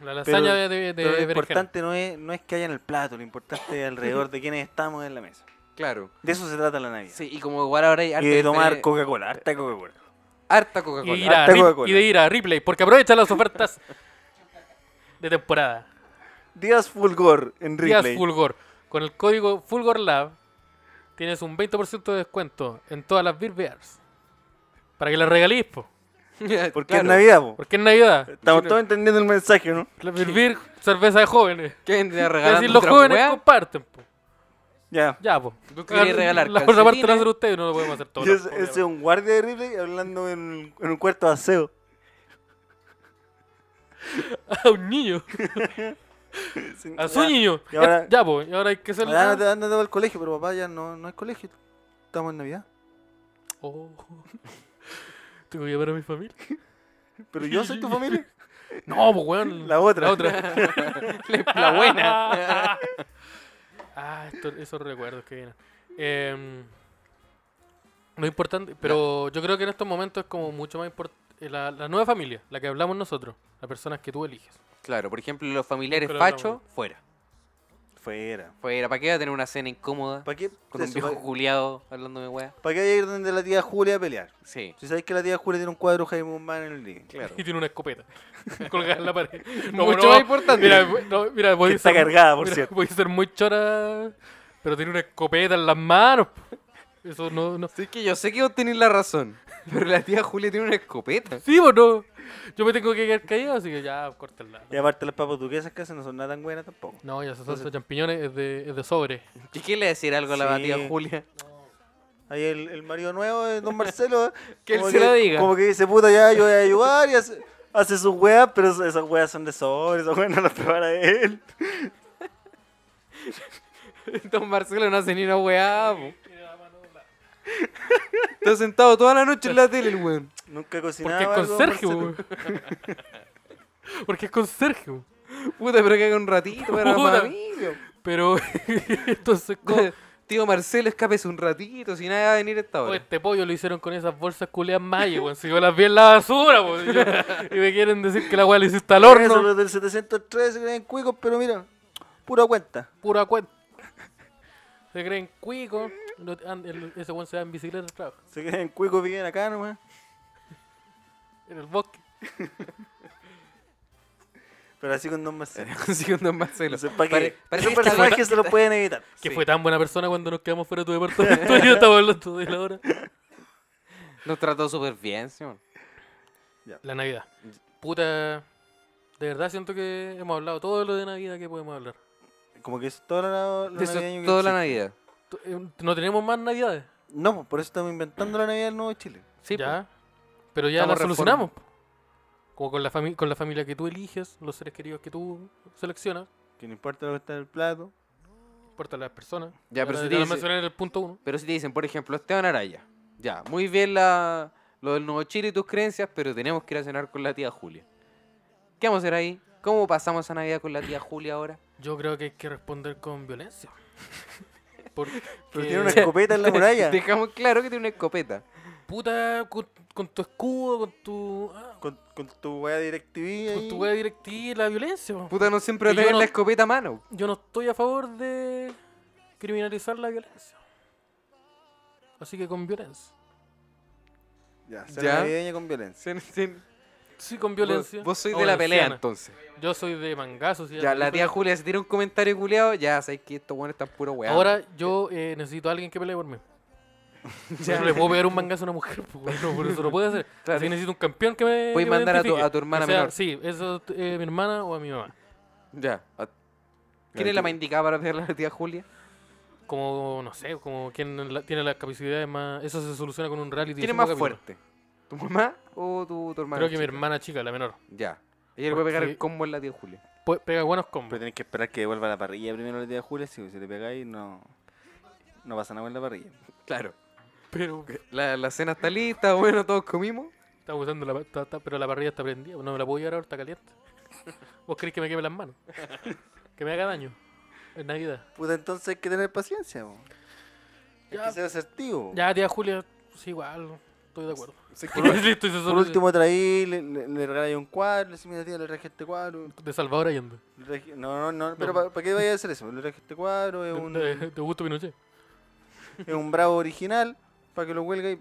Speaker 2: La lasaña de, de, de
Speaker 4: pero lo
Speaker 2: berenjena.
Speaker 4: importante no es, no es que haya en el plato, lo importante es alrededor de quienes estamos en la mesa.
Speaker 3: Claro.
Speaker 4: De eso se trata la Navidad.
Speaker 3: Sí, y como igual ahora hay
Speaker 4: Y
Speaker 3: harta
Speaker 4: de tomar
Speaker 3: diferen-
Speaker 4: Coca-Cola, harta Coca-Cola.
Speaker 3: harta
Speaker 2: y,
Speaker 3: Coca-Cola.
Speaker 2: ir a
Speaker 4: Harta
Speaker 2: Rip-
Speaker 4: Coca-Cola.
Speaker 2: y de ir a Ripley, porque aprovecha las ofertas de temporada.
Speaker 4: Días Fulgor en
Speaker 2: Días
Speaker 4: Ripley.
Speaker 2: Fulgor. Con el código FulgorLab tienes un 20% de descuento en todas las Beer Bears. Para que las regalís, po.
Speaker 4: Porque
Speaker 3: Claro.
Speaker 4: es Navidad, po.
Speaker 2: Porque es Navidad.
Speaker 4: Estamos todos entendiendo el mensaje, ¿no?
Speaker 2: La Beer Beer, cerveza de jóvenes.
Speaker 3: ¿Qué vendría a
Speaker 2: Es
Speaker 3: regalar?
Speaker 2: decir, los jóvenes comparten, po.
Speaker 4: Ya.
Speaker 2: Ya, po.
Speaker 3: ¿Tú qué querías regalar?
Speaker 2: La otra parte la
Speaker 3: ¿Calcetines?
Speaker 2: hacen ustedes, no lo podemos hacer todo.
Speaker 4: Y es- ese es un guardia de Ripley hablando en, en un cuarto de aseo.
Speaker 2: A un niño.
Speaker 4: Sin-
Speaker 2: A su niño.
Speaker 4: Y ahora-
Speaker 2: Ya, po. Y ahora hay que
Speaker 4: Ya,
Speaker 2: hacer...
Speaker 4: ya no te van a al colegio, pero papá ya no, no es colegio. Estamos en Navidad.
Speaker 2: Oh. Tengo que llamar a mi familia.
Speaker 4: Pero yo soy tu familia.
Speaker 2: No, pues weón.
Speaker 4: La otra.
Speaker 2: La otra.
Speaker 3: La buena.
Speaker 2: ah, esto- esos recuerdos que vienen. Em, lo importante, pero yo creo que en estos momentos es como mucho más importante. La, la nueva familia, la que hablamos nosotros, las personas que tú eliges.
Speaker 3: Claro, por ejemplo, los familiares
Speaker 2: Nunca lo
Speaker 3: fachos,
Speaker 2: hablamos.
Speaker 3: fuera.
Speaker 4: Fuera.
Speaker 3: Fuera, ¿para qué va a tener una cena incómoda?
Speaker 4: ¿Para qué?
Speaker 3: Con un viejo juliado hablándome weá.
Speaker 4: ¿Para qué ir donde la tía Julia a pelear?
Speaker 3: Sí.
Speaker 4: Si sabes que la tía Julia tiene un cuadro de Jaime Guzmán en el living.
Speaker 3: Claro.
Speaker 2: Y tiene una escopeta colgada en la pared. No,
Speaker 3: Mucho
Speaker 2: no,
Speaker 3: más importante.
Speaker 2: Mira, no, mira, voy a
Speaker 4: está
Speaker 2: ser-
Speaker 4: cargada, por
Speaker 2: mira,
Speaker 4: cierto.
Speaker 2: Voy a ser muy chora, pero tiene una escopeta en las manos. Eso no, no,
Speaker 3: Sí, que yo sé que vos tenés la razón, pero la tía Julia tiene una escopeta.
Speaker 2: Sí, o no. Yo me tengo que quedar callado, así que ya, córtenla.
Speaker 4: Y aparte las papas duquesas que hacen no son nada tan buenas tampoco.
Speaker 2: No, ya se salsa de champiñones es de, es de sobre.
Speaker 3: ¿Qué quiere decir algo a la
Speaker 4: Sí.
Speaker 3: tía Julia?
Speaker 4: Ahí el, el marido nuevo de Don Marcelo. ¿eh?
Speaker 3: Que él
Speaker 4: como
Speaker 3: se la diga.
Speaker 4: Como que dice, puta, ya yo voy a ayudar y hace, hace sus weas, pero esas esas weas son de sobre, esas weas no las prepara él.
Speaker 3: Don Marcelo no hace ni una weá, po. Está sentado toda la noche en la tele, el weón.
Speaker 4: Nunca cocinaba.
Speaker 2: Porque es con
Speaker 4: algo,
Speaker 2: Sergio,
Speaker 4: Marcelo.
Speaker 2: weón. Porque es con Sergio.
Speaker 3: Puta, pero que haga un ratito para,
Speaker 2: Puta.
Speaker 3: para mí, po.
Speaker 2: Pero, entonces, ¿cómo?
Speaker 3: Tío Marcelo, escapes un ratito, si nadie va a venir a esta
Speaker 2: Oye,
Speaker 3: hora.
Speaker 2: Este pollo lo hicieron con esas bolsas culeas mayas, weón. Si yo las vi en la basura, weón. Yo- Y me quieren decir que la weá le hiciste al
Speaker 4: Eso,
Speaker 2: horno.
Speaker 4: los del 703 se creen cuicos, pero mira, pura cuenta.
Speaker 2: Pura cuenta. Se creen cuico. No te- and- el- Ese weón se va en bicicleta al trabajo.
Speaker 4: Se creen cuicos, viven acá nomás.
Speaker 2: En el bosque.
Speaker 4: Pero así con Don Marcelo.
Speaker 3: Consigue un Don Marcelo.
Speaker 4: Entonces, ¿para
Speaker 3: Pare-
Speaker 4: qué?
Speaker 3: parece
Speaker 4: Esos
Speaker 3: que este esta-
Speaker 4: personajes se los pueden evitar.
Speaker 2: Que
Speaker 3: Sí.
Speaker 2: fue tan buena persona cuando nos quedamos fuera de tu departamento. y yo estaba hablando de la hora.
Speaker 3: Nos trató súper bien, señor.
Speaker 2: La Navidad. Puta. De verdad siento que hemos hablado todo lo de Navidad que podemos hablar.
Speaker 4: Como que es todo lo, lo
Speaker 3: Eso
Speaker 4: navideño
Speaker 3: es
Speaker 4: que
Speaker 3: toda la
Speaker 4: existe.
Speaker 3: Navidad.
Speaker 2: Tú- eh, No tenemos más Navidades.
Speaker 4: No, pues, por eso estamos inventando la Navidad del Nuevo Chile.
Speaker 3: Sí,
Speaker 2: ya. Pero ya la
Speaker 3: Estamos
Speaker 2: solucionamos. po. Como con la, fami- con la familia que tú eliges, los seres queridos que tú seleccionas.
Speaker 4: Que no importa lo que está en el plato.
Speaker 2: Importa a las personas.
Speaker 3: Ya, pero
Speaker 2: lo-
Speaker 3: si te
Speaker 2: lo
Speaker 3: dice-
Speaker 2: mencioné en el punto uno.
Speaker 3: Pero si te dicen, por ejemplo, Esteban Araya, ya, muy bien la, lo del Nuevo Chile y tus creencias, pero tenemos que ir a cenar con la tía Julia. ¿Qué vamos a hacer ahí? ¿Cómo pasamos esa Navidad con la tía Julia ahora?
Speaker 2: Yo creo que hay que responder con violencia. Porque
Speaker 4: Pero tiene una escopeta en la muralla.
Speaker 3: Dejamos claro que tiene una escopeta.
Speaker 2: puta con, con tu escudo, con tu ah,
Speaker 4: Con, con tu weá DirecTV.
Speaker 2: con
Speaker 4: ahí.
Speaker 2: tu wea directiva y la violencia. po.
Speaker 3: Puta, no siempre
Speaker 2: Y
Speaker 3: va
Speaker 2: yo
Speaker 3: a tener
Speaker 2: no-
Speaker 3: la escopeta a mano.
Speaker 2: Yo no estoy a favor de criminalizar la violencia. Así que con violencia.
Speaker 4: Ya, cena
Speaker 3: Ya.
Speaker 4: navideña con violencia.
Speaker 3: Sen- sen-
Speaker 2: Sí, con violencia.
Speaker 3: Vos, vos sois
Speaker 2: O
Speaker 3: de la pelea
Speaker 2: anciana.
Speaker 3: entonces.
Speaker 2: Yo soy de mangazos. y
Speaker 3: Ya, la tía
Speaker 2: película.
Speaker 3: Julia se tira un comentario culeado, ya sabéis que estos buenos están puro weá.
Speaker 2: Ahora yo eh, necesito a alguien que pelee por mí. Yo
Speaker 3: Ya.
Speaker 2: No pues, le puedo pegar un mangazo a una mujer, pues, weón, no, por eso lo puedo hacer.
Speaker 3: Claro.
Speaker 2: Así que necesito un campeón que me.
Speaker 3: Puedes
Speaker 2: que me
Speaker 3: mandar a tu-
Speaker 2: identifique.
Speaker 3: a tu hermana
Speaker 2: O sea,
Speaker 3: menor.
Speaker 2: Sí, eso eh, mi hermana o a mi mamá.
Speaker 3: Ya. ah, a- ¿Quién es la más indicada para pegarle a la tía Julia?
Speaker 2: Como, no sé, como quien la- tiene las capacidades más. Eso se soluciona con un reality. de
Speaker 3: ¿Quién es
Speaker 2: cinco
Speaker 3: más
Speaker 2: capítulos.
Speaker 3: fuerte? ¿Tu mamá o tu, tu hermana?
Speaker 2: Creo que mi
Speaker 3: chica?
Speaker 2: hermana chica, la menor.
Speaker 3: Ya. Ella le puede pegar
Speaker 2: Porque-
Speaker 3: el combo en la tía Julia.
Speaker 2: Pu- Pega buenos
Speaker 4: Pero
Speaker 2: combos.
Speaker 4: tenés que esperar que vuelva a la parrilla primero la tía Julia. Si, si le pegáis, no. No pasa nada en la parrilla.
Speaker 3: Claro.
Speaker 2: Pero.
Speaker 3: La, la cena está lista, bueno, todos comimos.
Speaker 2: Estaba usando la. está- está- pero la parrilla está prendida. No me la puedo llevar ahora, está caliente. ¿Vos crees que me queme las manos? Que me haga daño. En Navidad.
Speaker 4: Puta, entonces hay que tener paciencia, po. Hay
Speaker 2: Ya,
Speaker 4: que ser asertivo. po.
Speaker 2: ya, tía Julia, sí, igual. Estoy de acuerdo. Listo, y se
Speaker 4: Por
Speaker 2: soluciona.
Speaker 4: último, traí, le, le, le regaláis un cuadro, le decís, mira, tía, le traje este cuadro.
Speaker 2: De Salvador Allende.
Speaker 4: le traje-". No, no, no, pero
Speaker 2: No.
Speaker 4: ¿para qué vaya a hacer eso? Le traje este cuadro,
Speaker 2: De,
Speaker 4: es un,
Speaker 2: de- de Augusto Pinochet.
Speaker 4: es un bravo original, para que lo huelga y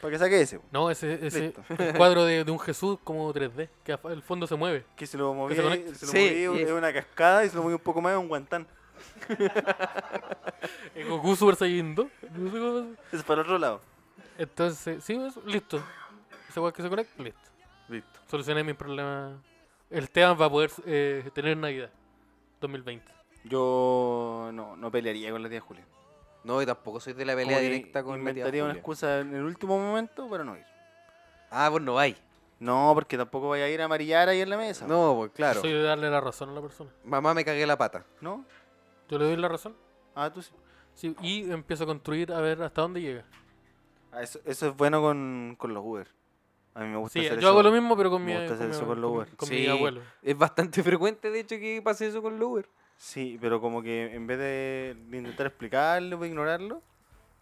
Speaker 4: para que saque ese. po.
Speaker 2: No, ese, ese
Speaker 4: Listo.
Speaker 2: el cuadro de, de un Jesús como 3D, que af- el fondo se mueve.
Speaker 4: Que se lo moví,
Speaker 2: se
Speaker 4: se
Speaker 2: conecte.
Speaker 4: lo
Speaker 3: Sí,
Speaker 4: moví,
Speaker 3: y-
Speaker 4: es una cascada y se lo moví un poco más, es un guantán.
Speaker 2: Eh, Goku Super Saiyan 2. No sé cómo es.
Speaker 4: Es para el otro lado.
Speaker 2: Entonces, sí, eso, listo. Ese cuadro que se conecta, listo.
Speaker 4: Listo.
Speaker 2: Solucioné mi problema. El Teban va a poder eh, tener Navidad 2020.
Speaker 4: Yo no, no pelearía con la tía Julia.
Speaker 3: No, y tampoco soy de la pelea
Speaker 4: Como que
Speaker 3: directa con la tía
Speaker 4: Inventaría
Speaker 3: Julia.
Speaker 4: una excusa en el último momento para no ir.
Speaker 3: Ah, vos no vais.
Speaker 4: No, porque tampoco vaya a ir a amarillar ahí en la mesa. po.
Speaker 3: No, pues claro.
Speaker 2: Soy de darle la razón a la persona.
Speaker 3: Mamá me cagué la pata.
Speaker 4: ¿No?
Speaker 2: Yo le doy la razón.
Speaker 4: Ah, tú sí.
Speaker 2: Sí, y empiezo a construir a ver hasta dónde llega.
Speaker 4: Ah, Eso, eso es bueno con, con los Uber. A mí me gusta
Speaker 2: Sí,
Speaker 4: hacer
Speaker 2: yo
Speaker 4: eso.
Speaker 2: hago lo mismo, pero con mi,
Speaker 4: me gusta
Speaker 2: con
Speaker 4: hacer
Speaker 2: mi-
Speaker 4: eso con los
Speaker 2: con-
Speaker 4: Uber.
Speaker 2: con
Speaker 3: Sí.
Speaker 2: mi abuelo.
Speaker 3: Es bastante frecuente, de hecho, que pase eso con Lover.
Speaker 4: Sí, pero como que en vez de, de intentar explicarlo o ignorarlo,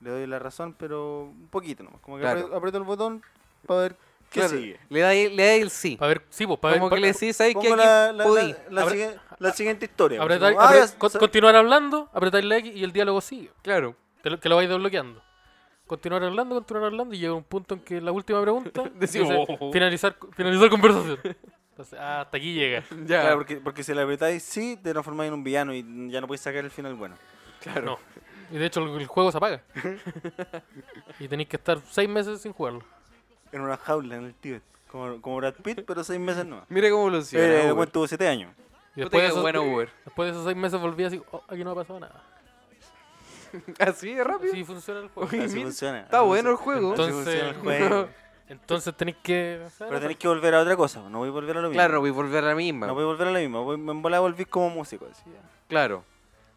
Speaker 4: le doy la razón, pero un poquito nomás. Como que
Speaker 3: Claro.
Speaker 4: apre- aprieto el botón para ver qué sigue.
Speaker 3: Le da, le da el sí.
Speaker 2: Para ver, sí, pues, para ver.
Speaker 3: Como que
Speaker 2: pa-
Speaker 3: le decís, ¿sabes qué?
Speaker 4: Pongo la,
Speaker 3: Aquí
Speaker 4: la-
Speaker 3: podí.
Speaker 4: la- la
Speaker 2: Abre-
Speaker 4: siguiente- la siguiente historia. pues,
Speaker 2: apretar-
Speaker 4: como, ah,
Speaker 2: apre-
Speaker 4: ya s-
Speaker 2: con-
Speaker 4: sa-
Speaker 2: continuar hablando, apretar el X y el diálogo sigue.
Speaker 3: Claro.
Speaker 2: Te lo- que lo vais desbloqueando. Continuar hablando, continuar hablando y llega un punto en que la última pregunta
Speaker 3: Decimos,
Speaker 2: dice,
Speaker 3: "Oh".
Speaker 2: finalizar, finalizar conversación. Entonces, ah, hasta aquí llega.
Speaker 3: Ya.
Speaker 4: claro, porque, porque si le apretáis sí, te transformáis en un villano y ya no podéis sacar el final bueno.
Speaker 3: claro.
Speaker 2: No. Y de hecho el, el juego se apaga. y tenéis que estar seis meses sin jugarlo.
Speaker 4: En una jaula en el Tíbet. Como, como Brad Pitt, pero seis meses no.
Speaker 3: Mira cómo
Speaker 4: Sí,
Speaker 3: evoluciona.
Speaker 4: eh,
Speaker 3: Uber.
Speaker 4: bueno, tuvo siete años.
Speaker 2: Y
Speaker 3: Puta
Speaker 2: después de,
Speaker 3: que
Speaker 2: esos,
Speaker 3: bueno, Uber.
Speaker 2: después de esos seis meses volví así, oh, aquí no ha pasado nada.
Speaker 3: Así de rápido.
Speaker 2: Así funciona el juego.
Speaker 3: Oye,
Speaker 4: Así
Speaker 3: mira,
Speaker 4: funciona.
Speaker 3: Está
Speaker 4: así
Speaker 3: bueno el
Speaker 4: funciona.
Speaker 3: juego.
Speaker 4: Así
Speaker 2: Entonces-
Speaker 4: funciona el juego.
Speaker 2: Entonces tenéis que...
Speaker 4: Pero tenéis que volver a otra cosa, no voy a volver a lo mismo.
Speaker 3: Claro, no voy a volver a la misma.
Speaker 4: No pues- voy a volver a lo mismo, voy, en volada volví como músico. Así, ya.
Speaker 3: Claro.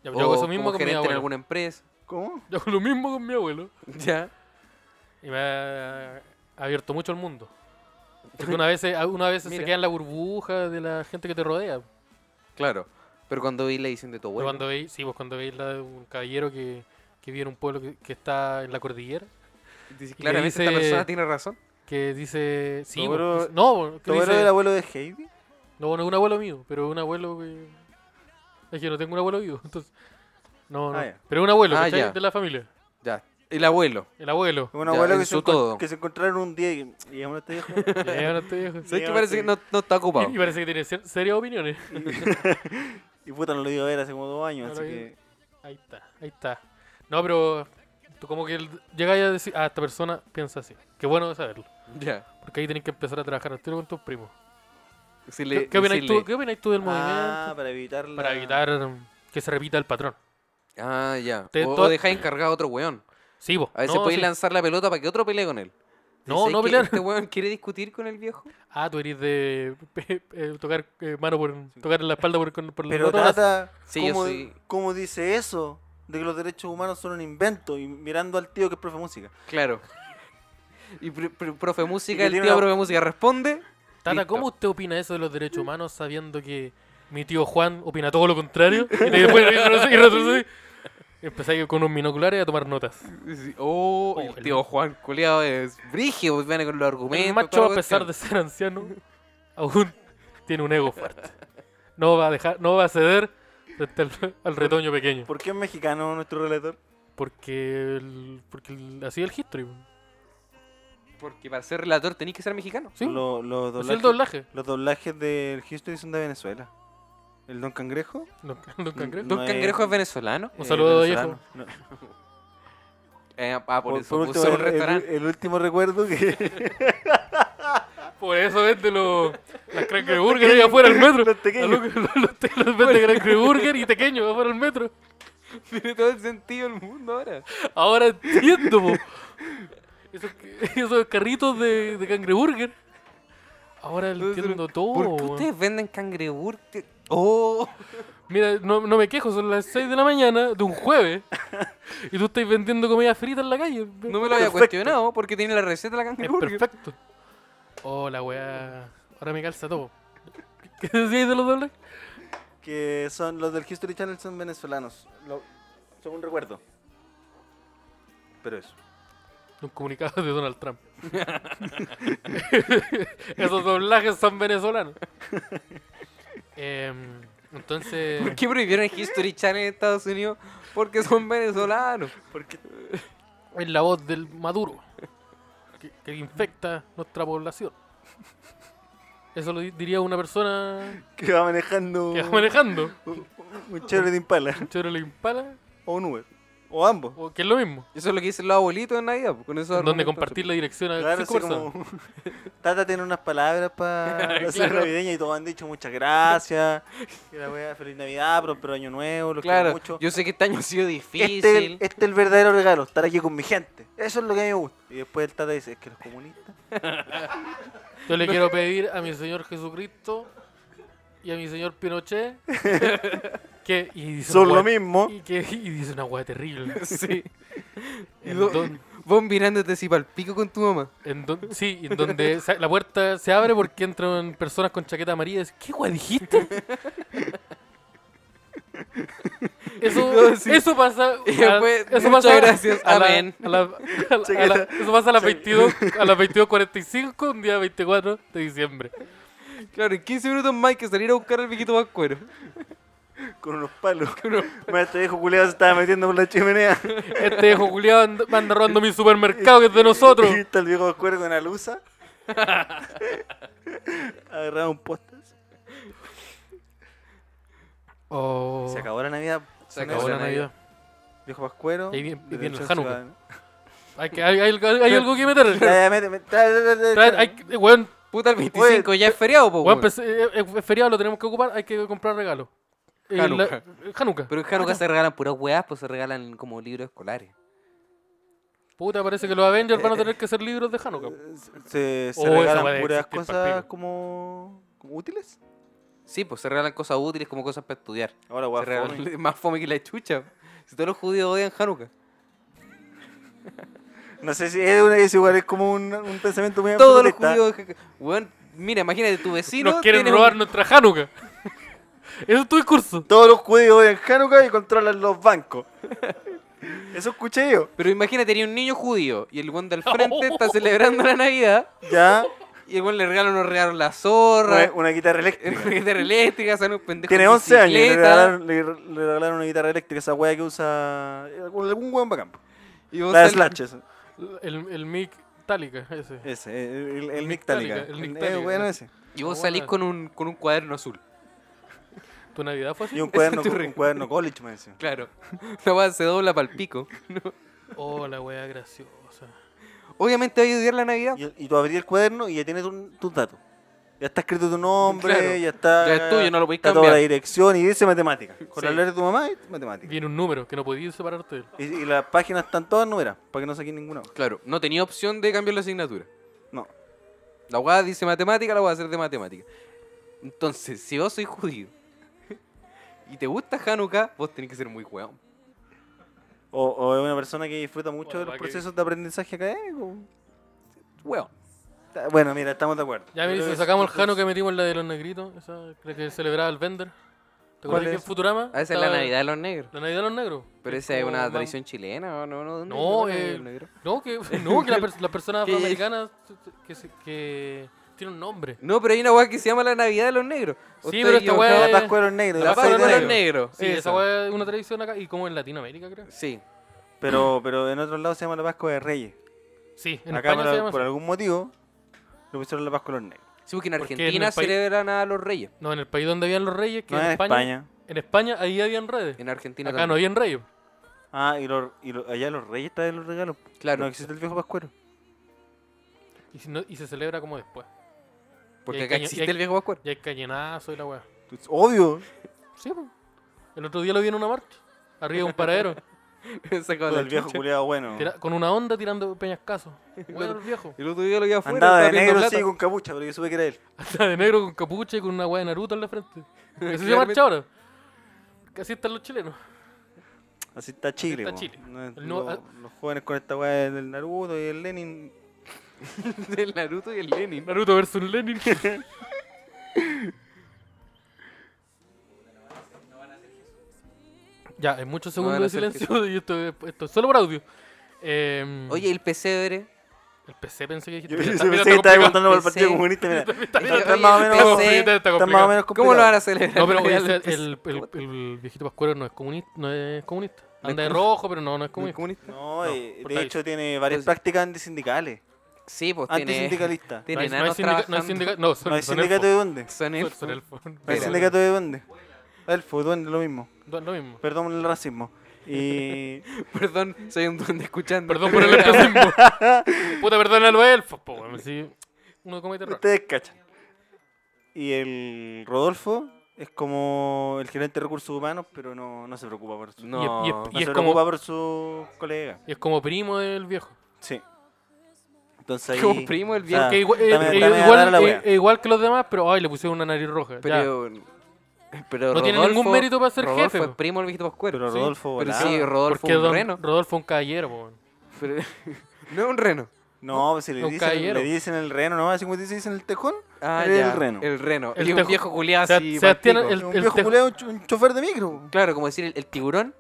Speaker 2: Ya,
Speaker 3: O
Speaker 2: yo hago eso mismo
Speaker 3: como
Speaker 2: con mi
Speaker 3: gerente en
Speaker 2: abuelo.
Speaker 3: alguna empresa.
Speaker 4: ¿Cómo?
Speaker 2: Yo hago lo mismo con mi abuelo.
Speaker 3: Ya.
Speaker 2: Y me ha abierto mucho el mundo. Porque una vez, una vez se
Speaker 3: Mira.
Speaker 2: queda en la burbuja de la gente que te rodea. Pero
Speaker 3: Claro. Pero cuando vi la edición de tu abuelo.
Speaker 2: Cuando veis, sí, vos cuando veis la de un caballero que, que vive en un pueblo que, que está en la cordillera,
Speaker 3: dices,
Speaker 2: le
Speaker 3: claramente esta
Speaker 2: dice-
Speaker 3: persona tiene razón.
Speaker 2: que dice, sí, vos,
Speaker 4: abuelo-
Speaker 2: dice- no, vos, que
Speaker 4: ¿Tu abuelo
Speaker 2: dice-
Speaker 4: era el abuelo de Heidi?
Speaker 2: no, no es un abuelo mío, pero un abuelo que es que no tengo un abuelo vivo, entonces no, no.
Speaker 4: Ah, ya.
Speaker 2: pero un abuelo
Speaker 3: Ah,
Speaker 2: ¿cachai?
Speaker 3: ya.
Speaker 2: de la familia,
Speaker 3: Ya. El abuelo.
Speaker 2: el abuelo.
Speaker 4: Un
Speaker 3: Ya,
Speaker 4: abuelo
Speaker 3: en
Speaker 4: que se,
Speaker 3: su
Speaker 4: encon-
Speaker 3: todo.
Speaker 4: que se encontraron un día y, y aún este viejo.
Speaker 2: Ya, no te dejo.
Speaker 3: ¿Sabes que
Speaker 4: Ya,
Speaker 3: parece
Speaker 4: sí.
Speaker 3: que no, no está ocupado?
Speaker 2: Y, y parece que tiene ser- serias opiniones.
Speaker 4: y puta, no lo iba a ver hace como dos años,
Speaker 2: No
Speaker 4: así
Speaker 2: lo
Speaker 4: que.
Speaker 2: Ahí está, ahí está. No, pero tú como que el- llegas a decir, ah, esta persona piensa así. Qué bueno saberlo.
Speaker 3: Ya.
Speaker 2: Porque ahí tenés que empezar a trabajar al tiro con tus primos.
Speaker 3: Si
Speaker 2: ¿Qué,
Speaker 3: le-
Speaker 2: qué opináis
Speaker 3: decirle-
Speaker 2: tú, qué opináis tú del
Speaker 4: Ah,
Speaker 2: movimiento?
Speaker 4: para evitar la...
Speaker 2: Para evitar que se repita el patrón.
Speaker 3: Ah, ya.
Speaker 2: Te-
Speaker 3: o
Speaker 2: to-
Speaker 3: o dejáis encargado a otro weón.
Speaker 2: Sí, vos.
Speaker 3: A veces
Speaker 2: no,
Speaker 3: podéis
Speaker 2: sí.
Speaker 3: lanzar la pelota para que otro pelee con él.
Speaker 2: No,
Speaker 3: ¿Sabes
Speaker 2: no
Speaker 3: que
Speaker 2: pelear.
Speaker 3: Este weón quiere discutir con el viejo.
Speaker 2: Ah, tú eres de pe- eh, tocar eh, mano por tocar en la espalda por, con- por los
Speaker 4: Pero
Speaker 2: botones.
Speaker 4: Tata,
Speaker 3: Pues, Sí, yo
Speaker 4: ¿cómo,
Speaker 3: soy-
Speaker 4: cómo dice eso? De que los derechos humanos son un invento. Y mirando al tío que es profe de música.
Speaker 3: Claro. Y pr- pr- profe música,
Speaker 4: que
Speaker 3: el
Speaker 4: tiene
Speaker 3: tío
Speaker 4: una-
Speaker 3: profe música responde.
Speaker 2: Tata,
Speaker 3: Listo.
Speaker 2: ¿cómo usted opina eso de los derechos humanos sabiendo que mi tío Juan opina todo lo contrario? Y te- después y retrocedí. Empezáis con unos binoculares a tomar notas.
Speaker 3: Sí, Oh,
Speaker 2: Oh,
Speaker 3: el
Speaker 2: el-
Speaker 3: tío Juan culiado es brígido, pues, viene con los argumentos.
Speaker 2: El
Speaker 3: toda
Speaker 2: macho,
Speaker 3: la
Speaker 2: a pesar de
Speaker 3: cuestión.
Speaker 2: ser anciano, aún tiene un ego fuerte. No va a dejar, no va a ceder frente al, al retoño pequeño.
Speaker 4: ¿Por qué es mexicano nuestro relator?
Speaker 2: Porque, el- porque el- así es el history. po.
Speaker 3: Porque para ser relator tenéis que ser mexicano.
Speaker 2: Sí,
Speaker 4: Lo- los,
Speaker 2: así es el
Speaker 4: doblajes,
Speaker 2: doblaje.
Speaker 4: los doblajes del Houston son de Venezuela. El Don Cangrejo.
Speaker 2: Don, Don Cangrejo.
Speaker 3: Don
Speaker 4: No es-
Speaker 3: Cangrejo es venezolano.
Speaker 2: Un saludo,
Speaker 4: venezolano. No.
Speaker 3: Eh, ah, por,
Speaker 4: Por,
Speaker 3: eso
Speaker 4: por
Speaker 3: puso
Speaker 4: último, eh,
Speaker 3: un
Speaker 4: el,
Speaker 3: restaurante.
Speaker 4: el último recuerdo que.
Speaker 2: Por eso vende los las Cracker Burger ahí afuera del metro.
Speaker 4: Los pequeños.
Speaker 2: Los, los, los- los vende Cracker Burger y pequeños afuera del metro.
Speaker 4: eh,
Speaker 3: Tiene todo el sentido del mundo ahora.
Speaker 2: Ahora entiendo, po. Esos, esos carritos de, de cangreburger. Ahora lo entiendo todo.
Speaker 3: ¿Por qué
Speaker 2: weón.
Speaker 3: ustedes venden cangrejur? Oh,
Speaker 2: Mira, no, no me quejo, son las 6 de la mañana de un jueves. Y tú estás vendiendo comida frita en la calle.
Speaker 3: no me lo había
Speaker 4: Perfecto.
Speaker 3: cuestionado porque tiene la receta de la
Speaker 2: Es
Speaker 3: cangrejur.
Speaker 2: perfecto. Oh, la weá. Ahora me calza todo. ¿Qué decíais de los dobles?
Speaker 4: que son los del History Channel son venezolanos. Lo- según recuerdo. Pero eso.
Speaker 2: Un comunicado de Donald Trump. Esos doblajes son venezolanos. Em, entonces.
Speaker 3: ¿Por qué prohibieron el History Channel en Estados Unidos? Porque son venezolanos.
Speaker 4: Porque
Speaker 2: Es la voz del Maduro que, que infecta nuestra población. Eso lo di- diría una persona
Speaker 4: que va manejando
Speaker 2: que va manejando.
Speaker 4: un, un Chevrolet Impala
Speaker 2: Un Chevrolet Impala,
Speaker 4: o un Uber o ambos.
Speaker 2: o que es lo mismo.
Speaker 3: Eso es lo que dicen los abuelitos en Navidad. pues, Con eso
Speaker 2: Donde compartir la dirección a
Speaker 4: Claro,
Speaker 2: cinco
Speaker 4: así
Speaker 2: personas.
Speaker 4: como Tata tiene unas palabras para la cena
Speaker 2: Claro.
Speaker 4: navideña y todos han dicho muchas gracias. Que la wea, feliz Navidad, próspero año nuevo, los quiero
Speaker 3: Claro,
Speaker 4: mucho.
Speaker 3: yo sé que este año ha sido difícil.
Speaker 4: Este, es el- este es el verdadero regalo, estar aquí con mi gente. Eso es lo que a mí me gusta. Y después el Tata dice, es que los comunistas.
Speaker 2: Yo le quiero pedir a mi Señor Jesucristo y a mi Señor Pinochet que. Y dice una
Speaker 4: Son lo
Speaker 2: hueá-
Speaker 4: mismo.
Speaker 2: Y, que, y dice una hueá terrible.
Speaker 3: Sí.
Speaker 2: En
Speaker 3: Lo-
Speaker 2: don-
Speaker 3: Vos mirándote así pa'l pico con tu mamá.
Speaker 2: En don- sí, en donde sa- la puerta se abre porque entran personas con chaqueta amarilla y dicen, ¿qué guay dijiste?
Speaker 3: No,
Speaker 2: Eso,
Speaker 3: sí.
Speaker 2: eso pasa.
Speaker 3: Y
Speaker 2: a-
Speaker 3: después,
Speaker 2: eso
Speaker 3: muchas
Speaker 2: pasa
Speaker 3: gracias,
Speaker 2: a la-
Speaker 3: amén.
Speaker 2: a la- a la- a la- eso pasa a las 22, a las 22.45, un día 24 de diciembre.
Speaker 3: Claro, en 15 minutos más hay que salir a buscar al viejito Pascuero.
Speaker 4: Con unos palos. Mira, Este viejo culeado se estaba metiendo por la chimenea.
Speaker 2: Este viejo culiado anda, anda robando mi supermercado que es de nosotros.
Speaker 4: Y está el viejo Pascuero con la luza. Agarraba un poste.
Speaker 2: Oh,
Speaker 4: Se acabó la Navidad.
Speaker 3: Se
Speaker 2: acabó la Navidad.
Speaker 4: Viejo Pascuero.
Speaker 2: Y ahí viene- y viene el
Speaker 4: Derecho
Speaker 2: Hanukkah.
Speaker 4: Ciudadano.
Speaker 2: Hay, que- hay- hay- hay algo que meter.
Speaker 4: Ya, ya, mete, mete, dale, dale, dale,
Speaker 2: Trae-
Speaker 4: dale.
Speaker 2: hay que- weón,
Speaker 3: Puta, el 25 ya es feriado, po.
Speaker 2: Weón,
Speaker 3: weón.
Speaker 2: pues, eh, eh, es feriado, lo tenemos que ocupar, hay que comprar regalo. Eh, la-
Speaker 3: Hanukkah.
Speaker 2: eh, Hanukkah.
Speaker 3: Pero en Hanukkah se regalan puras weas, pues se regalan como libros escolares.
Speaker 2: Puta, parece que los Avengers
Speaker 3: Eh,
Speaker 2: van a tener que ser libros de Hanukkah.
Speaker 4: Se, se
Speaker 2: Oh, esa weá
Speaker 4: regalan
Speaker 2: de
Speaker 4: puras
Speaker 2: existir pa'l
Speaker 4: cosas
Speaker 2: pico.
Speaker 4: como, como útiles.
Speaker 3: Sí, pues se regalan cosas útiles como cosas para estudiar.
Speaker 4: Ahora,
Speaker 3: Se regalan más fome que la chucha. Si todos los judíos odian Hanukkah.
Speaker 4: No sé si es, una- es igual, es como un, un pensamiento muy
Speaker 3: Todos los
Speaker 4: absolutista.
Speaker 3: judíos. Weón, mira, imagínate tu vecino.
Speaker 2: Nos quieren
Speaker 3: tiene un-
Speaker 2: robar nuestra Hanukkah. Eso es tu discurso.
Speaker 4: Todos los judíos en Hanukkah y controlan los bancos. Eso escuché yo.
Speaker 3: Pero imagínate, tenía un niño judío y el weón del frente está celebrando la Navidad
Speaker 4: Ya,
Speaker 3: y el weón le regalan unos regalos la zorra.
Speaker 4: una, una guitarra
Speaker 3: En
Speaker 4: eléctrica.
Speaker 3: una guitarra eléctrica, sale un pendejo.
Speaker 4: Tiene
Speaker 3: en
Speaker 4: 11 años, le
Speaker 3: bicicleta,
Speaker 4: regalaron, le, le regalaron una guitarra eléctrica, esa wea que usa eh, algún, algún weón bacán.
Speaker 3: y vos
Speaker 4: La de
Speaker 3: sal-
Speaker 4: Slash, ese,
Speaker 2: El, el mic Tálica, ese.
Speaker 4: ese, el, el, el Nick
Speaker 2: Nictálica,
Speaker 4: Tálica.
Speaker 2: el Nick
Speaker 4: Eh,
Speaker 2: Tálica.
Speaker 4: bueno ese.
Speaker 3: Y vos
Speaker 2: Buena.
Speaker 3: salís con un, con un cuaderno azul.
Speaker 2: ¿Tu Navidad fue así?
Speaker 4: Y un
Speaker 3: Ese
Speaker 4: cuaderno,
Speaker 3: es tu
Speaker 4: un
Speaker 3: regalo.
Speaker 4: cuaderno college, me decía.
Speaker 3: Claro. La weá se dobla para el pico.
Speaker 2: Oh, la wea graciosa.
Speaker 3: Obviamente voy a odiar la Navidad.
Speaker 4: Y, y tú abrís el cuaderno y ya tienes un- tus datos. Ya está escrito tu nombre,
Speaker 3: Claro.
Speaker 4: ya está.
Speaker 3: Ya es tuyo, no lo podéis
Speaker 4: está
Speaker 3: cambiar.
Speaker 4: toda la dirección y dice matemática.
Speaker 2: Sí.
Speaker 4: Con la letra de tu mamá, es matemática.
Speaker 2: Viene un número que no podías separarte de él.
Speaker 4: Y, y las páginas están todas números, para que no saquen ninguna.
Speaker 3: Claro, no tenía opción de cambiar la asignatura.
Speaker 4: No.
Speaker 3: La guada dice matemática, la voy a hacer de matemática. Entonces, si vos sois judío y te gusta Hanukkah, vos tenés que ser muy weón.
Speaker 4: O, o es una persona que disfruta mucho
Speaker 2: Bueno,
Speaker 4: de los
Speaker 2: para que-
Speaker 4: procesos de aprendizaje académico.
Speaker 3: Weón.
Speaker 4: Está- Bueno, mira, estamos de acuerdo.
Speaker 2: Ya
Speaker 4: Yo
Speaker 2: me
Speaker 4: creo
Speaker 2: si
Speaker 4: que
Speaker 2: sacamos
Speaker 4: sí,
Speaker 2: el Hano que metimos en la de los negritos, esa la que celebraba el Bender. ¿Te acuerdas
Speaker 4: ¿Cuál
Speaker 2: que en
Speaker 4: es?
Speaker 2: Futurama?
Speaker 3: A esa es la
Speaker 2: estaba-
Speaker 3: Navidad de los negros.
Speaker 2: La Navidad de los negros.
Speaker 3: Pero
Speaker 2: Que
Speaker 3: esa es
Speaker 2: como
Speaker 3: una
Speaker 2: van-
Speaker 3: tradición chilena, ¿o ¿no? No,
Speaker 2: No,
Speaker 3: ¿Dónde- dónde
Speaker 2: eh,
Speaker 3: los negros?
Speaker 2: No, que, no, que la pers- las personas
Speaker 3: Que-
Speaker 2: afroamericanas que, se- que tiene un nombre.
Speaker 3: No, pero hay una weá que se llama la Navidad de los negros.
Speaker 2: Sí, pero esta weá
Speaker 4: La
Speaker 2: es-
Speaker 4: Pascua de los Negros.
Speaker 3: La
Speaker 4: el 6
Speaker 3: Pascua
Speaker 4: de
Speaker 3: de los
Speaker 4: enero.
Speaker 3: negros.
Speaker 2: Sí, esa weá es una tradición acá y como en Latinoamérica, creo.
Speaker 3: Sí.
Speaker 4: Pero, pero en otros lados se llama la Pascua de Reyes.
Speaker 2: Sí, en
Speaker 4: Acá,
Speaker 2: España
Speaker 4: por,
Speaker 2: se llama
Speaker 4: por
Speaker 2: así.
Speaker 4: algún motivo, lo pusieron la Pascua de los Negros.
Speaker 3: Sí, porque en
Speaker 2: Porque en
Speaker 3: Argentina
Speaker 2: el país-
Speaker 3: celebran a los reyes.
Speaker 2: No, en el país donde habían los reyes, que
Speaker 4: No es
Speaker 2: en
Speaker 4: en
Speaker 2: España,
Speaker 4: España.
Speaker 2: En España ahí habían redes.
Speaker 3: En Argentina
Speaker 2: Acá no
Speaker 3: también.
Speaker 2: habían reyes.
Speaker 4: Ah, y, los- y los- allá los Reyes traen los regalos.
Speaker 3: Claro,
Speaker 4: No existe el viejo Pascuero.
Speaker 2: Y, si no- y se celebra como después. y
Speaker 3: porque
Speaker 2: hay
Speaker 3: acá
Speaker 2: caña- y
Speaker 3: existe
Speaker 2: hay-
Speaker 3: el viejo Pascuero.
Speaker 2: Y hay cañonazo y la weá.
Speaker 4: Es obvio.
Speaker 2: Sí, po. El otro día lo vi en una marcha. Arriba de un paradero.
Speaker 3: Sacado
Speaker 4: Todo
Speaker 3: la
Speaker 4: el viejo
Speaker 3: chucha.
Speaker 4: culiado bueno.
Speaker 2: tira- con una onda tirando peñascazo. Bueno, el viejo.
Speaker 3: El otro día lo vi afuera.
Speaker 4: Andaba de
Speaker 3: estaba pidiendo
Speaker 4: negro,
Speaker 3: plata.
Speaker 4: sí, con capucha, pero yo supe que era él.
Speaker 2: Hasta de negro con capucha y con una weá de Naruto en la frente. Eso se
Speaker 3: Claramente.
Speaker 2: marcha ahora. Casi están los chilenos.
Speaker 4: Así está Chile.
Speaker 2: está
Speaker 4: po.
Speaker 2: Chile.
Speaker 4: No,
Speaker 2: El nuevo-
Speaker 4: lo- los jóvenes con esta weá del Naruto y el Lenin.
Speaker 3: Del Naruto y el Lenin.
Speaker 2: Naruto versus Lenin. ya, en muchos
Speaker 3: No van
Speaker 2: segundos
Speaker 3: a
Speaker 2: de
Speaker 3: hacer
Speaker 2: silencio y esto, es- esto es solo por audio. Em,
Speaker 3: Oye, el pesebre.
Speaker 2: el PC pensé que dijiste. mira, está-
Speaker 4: Yo pensé
Speaker 2: mira,
Speaker 4: que
Speaker 2: está
Speaker 4: estaba
Speaker 2: complicado.
Speaker 4: contando por el Partido
Speaker 3: Sí.
Speaker 4: Comunista. Mira,
Speaker 3: bien,
Speaker 4: está
Speaker 3: oye,
Speaker 4: más o
Speaker 3: el
Speaker 4: menos.
Speaker 3: PC.
Speaker 4: complicado,
Speaker 2: Está
Speaker 4: Está más o menos
Speaker 3: ¿Cómo lo van
Speaker 4: complicado.
Speaker 3: a celebrar?
Speaker 2: No, pero oye,
Speaker 3: El
Speaker 2: ese- el,
Speaker 3: pesebre.
Speaker 2: el- el viejito Pascuero no es comunista. No es comunista.
Speaker 3: No
Speaker 2: Anda
Speaker 3: es
Speaker 2: de rojo, pero no, no es
Speaker 3: ¿Cómo es
Speaker 2: comunista.
Speaker 3: comunista?
Speaker 4: No, eh,
Speaker 2: por
Speaker 4: de
Speaker 2: ahí.
Speaker 4: hecho tiene varias
Speaker 3: Pues-
Speaker 4: prácticas antisindicales.
Speaker 3: Sí, pues tiene.
Speaker 4: Antisindicalista.
Speaker 2: No
Speaker 3: Tiene
Speaker 2: hay, no hay
Speaker 3: enanos
Speaker 2: sindica- no hay
Speaker 3: trabajando.
Speaker 2: sindica- no, son,
Speaker 4: ¿No hay
Speaker 2: son
Speaker 4: sindicato de
Speaker 2: elfos.
Speaker 4: dónde?
Speaker 3: Son
Speaker 2: Son-
Speaker 3: elfos.
Speaker 2: son elfos.
Speaker 4: ¿No hay
Speaker 3: Pero-
Speaker 4: sindicato de dónde? Elfo, duende, lo mismo.
Speaker 2: Son Lo mismo.
Speaker 4: Perdón el racismo. Y.
Speaker 3: Perdón, soy un duende escuchando.
Speaker 2: Perdón por el racismo. Puta, perdón a los elfos, po, weón, si uno comete error.
Speaker 4: Ustedes cachan. Y el Rodolfo es como el gerente de recursos humanos, pero no, no se preocupa por su.
Speaker 3: No.
Speaker 2: Y es- y es-
Speaker 4: no
Speaker 2: y
Speaker 4: se
Speaker 2: es
Speaker 4: preocupa
Speaker 2: como,
Speaker 4: por su colega.
Speaker 2: y es como primo del viejo.
Speaker 4: Sí. Entonces ahí.
Speaker 3: Como primo el viejo.
Speaker 4: Ah,
Speaker 2: Que igual, eh,
Speaker 4: dame-
Speaker 2: eh,
Speaker 4: dame a
Speaker 2: igual-
Speaker 4: dar la
Speaker 2: eh,
Speaker 4: wea.
Speaker 2: eh, igual que los demás, pero ay, le pusieron una nariz roja. ya.
Speaker 3: Pero. pero
Speaker 2: No tiene
Speaker 3: Rodolfo-
Speaker 2: ningún mérito para ser
Speaker 3: Rodolfo
Speaker 2: jefe,
Speaker 3: es
Speaker 2: po.
Speaker 3: primo del viejito Pascuero.
Speaker 4: Pero
Speaker 3: Sí,
Speaker 4: Rodolfo
Speaker 3: Pero
Speaker 4: volaba.
Speaker 3: sí, Rodolfo
Speaker 2: Porque
Speaker 3: es un
Speaker 2: don-
Speaker 3: reno.
Speaker 2: Rodolfo es un caballero, po, weón.
Speaker 3: Pero- No es un reno.
Speaker 4: No, pues si le
Speaker 2: Un
Speaker 4: dicen,
Speaker 2: caballero.
Speaker 4: le dicen el reno nomás, así como te dicen el tejón,
Speaker 3: Ah,
Speaker 4: Era el
Speaker 3: ya,
Speaker 4: reno.
Speaker 3: El reno.
Speaker 2: El
Speaker 3: y un
Speaker 2: tejo-
Speaker 3: viejo culiado
Speaker 2: Seb-
Speaker 3: así.
Speaker 2: Sebastián,
Speaker 3: palpico.
Speaker 2: El-
Speaker 4: un
Speaker 2: el
Speaker 4: viejo
Speaker 2: tejón.
Speaker 4: culiao, un ch- un chofer de micro.
Speaker 3: Claro, como decir el, el tiburón.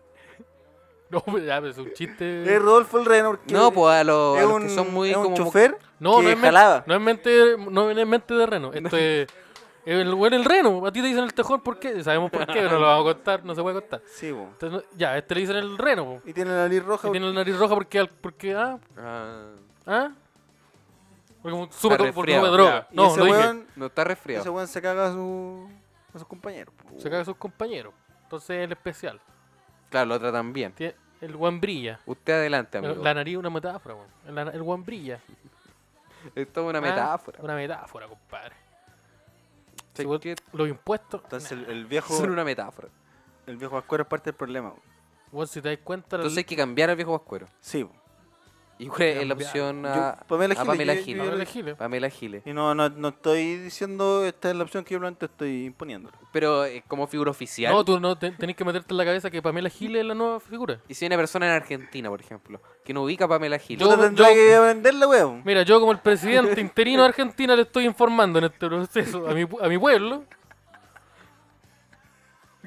Speaker 2: No, pero ya, pero es un chiste.
Speaker 4: Es Rodolfo el reno. porque
Speaker 3: No, pues a los,
Speaker 4: es
Speaker 3: a los
Speaker 4: un-
Speaker 3: que son muy
Speaker 4: es un
Speaker 3: como.
Speaker 4: chofer.
Speaker 2: No,
Speaker 4: que
Speaker 2: no es, men-
Speaker 4: jalaba.
Speaker 2: no es mente, no es mente de reno. Esto es. El, weón, el reno, a ti te dicen el tejón, ¿por qué? Sabemos por qué, no lo vamos a contar, no se puede contar.
Speaker 4: Sí, po.
Speaker 2: Entonces, no- ya, a este le dicen el reno, po.
Speaker 4: Y tiene la nariz
Speaker 2: Y
Speaker 4: roja.
Speaker 2: tiene la nariz roja porque, al- porque ah,
Speaker 3: Ah,
Speaker 2: ¿Ah? Porque como sube,
Speaker 3: Está
Speaker 2: como- porque
Speaker 3: resfriado,
Speaker 2: sube droga.
Speaker 4: y
Speaker 2: No,
Speaker 4: ese
Speaker 2: lo dije.
Speaker 4: weón-
Speaker 3: no está
Speaker 4: ese
Speaker 3: resfriado.
Speaker 4: weón se caga a, su, a sus compañeros. po.
Speaker 2: Se caga a sus compañeros. Entonces el especial.
Speaker 3: Claro, la otra también.
Speaker 2: Tie- el guan brilla.
Speaker 3: Usted adelante,
Speaker 2: La-
Speaker 3: amigo.
Speaker 2: La nariz es una metáfora, weón. El, la- el guan brilla.
Speaker 3: Esto es una
Speaker 2: Ah,
Speaker 3: metáfora.
Speaker 2: Una metáfora, compadre.
Speaker 3: Sí,
Speaker 2: Si vos-
Speaker 3: que
Speaker 2: Los impuestos.
Speaker 4: Entonces el, el
Speaker 3: Son
Speaker 4: viejo
Speaker 3: una metáfora.
Speaker 4: el viejo Pascuero es parte del problema. po.
Speaker 2: Vos, si te das cuenta, la
Speaker 3: Entonces hay que cambiar al viejo Pascuero.
Speaker 4: Sí. po.
Speaker 3: Y cuál es la
Speaker 2: Cambiar.
Speaker 3: opción
Speaker 4: Yo-
Speaker 3: a
Speaker 4: Pamela
Speaker 3: a
Speaker 4: Giles,
Speaker 3: Pamela
Speaker 4: yo-
Speaker 2: ley-
Speaker 4: yo-
Speaker 3: Giles.
Speaker 2: la ley Giles.
Speaker 3: Pamela Giles.
Speaker 4: Y no, no, no estoy diciendo esta es la opción que yo planteo, estoy imponiéndola.
Speaker 3: Pero eh, como figura oficial.
Speaker 2: No, tú no te- tenés que meterte en la cabeza que Pamela Giles es la nueva figura.
Speaker 3: Y si hay una persona en Argentina, por ejemplo, que no ubica a Pamela Giles.
Speaker 4: Yo
Speaker 2: Yo-
Speaker 4: tendrá
Speaker 2: yo-
Speaker 4: que venderla, weón.
Speaker 2: Mira, yo como el presidente interino de Argentina le estoy informando en este proceso a mi, pu- a mi pueblo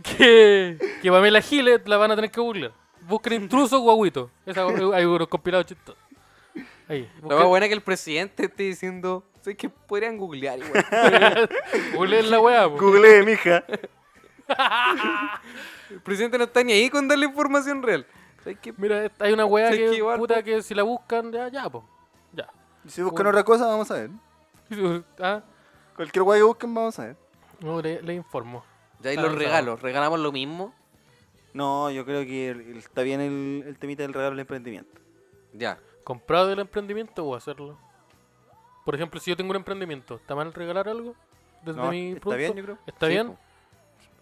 Speaker 2: que, que Pamela Giles la van a tener que burlar. Busquen intruso guaguito. Esa, hay unos compilados chistosos. Ahí.
Speaker 3: Lo más buena es que el presidente esté diciendo. Sé que podrían googlear igual.
Speaker 2: Burlen la weá. po.
Speaker 4: Google, mija.
Speaker 3: El presidente no está ni ahí con darle información real. ¿Sabes qué?
Speaker 2: Mira, esta- hay una weá
Speaker 3: Sí,
Speaker 2: que,
Speaker 3: que igual,
Speaker 2: puta, que si la buscan, ya, ya, po. Ya.
Speaker 4: Si buscan otra cosa, vamos a ver.
Speaker 2: Ah,
Speaker 4: Cualquier weá que busquen, vamos a ver.
Speaker 2: no, le, le informo.
Speaker 3: Ya hay
Speaker 2: Ah,
Speaker 3: los
Speaker 2: no.
Speaker 3: regalos. ¿Regalamos lo mismo?
Speaker 4: No, yo creo que el- el- está bien el, el temita del regalo del emprendimiento.
Speaker 3: Ya.
Speaker 2: ¿Comprar del emprendimiento o hacerlo? Por ejemplo, si yo tengo un emprendimiento, ¿está mal regalar algo? desde
Speaker 4: No,
Speaker 2: mi
Speaker 4: está bien,
Speaker 2: producto.
Speaker 4: yo creo.
Speaker 2: ¿Está
Speaker 3: Sí,
Speaker 2: bien?
Speaker 3: po.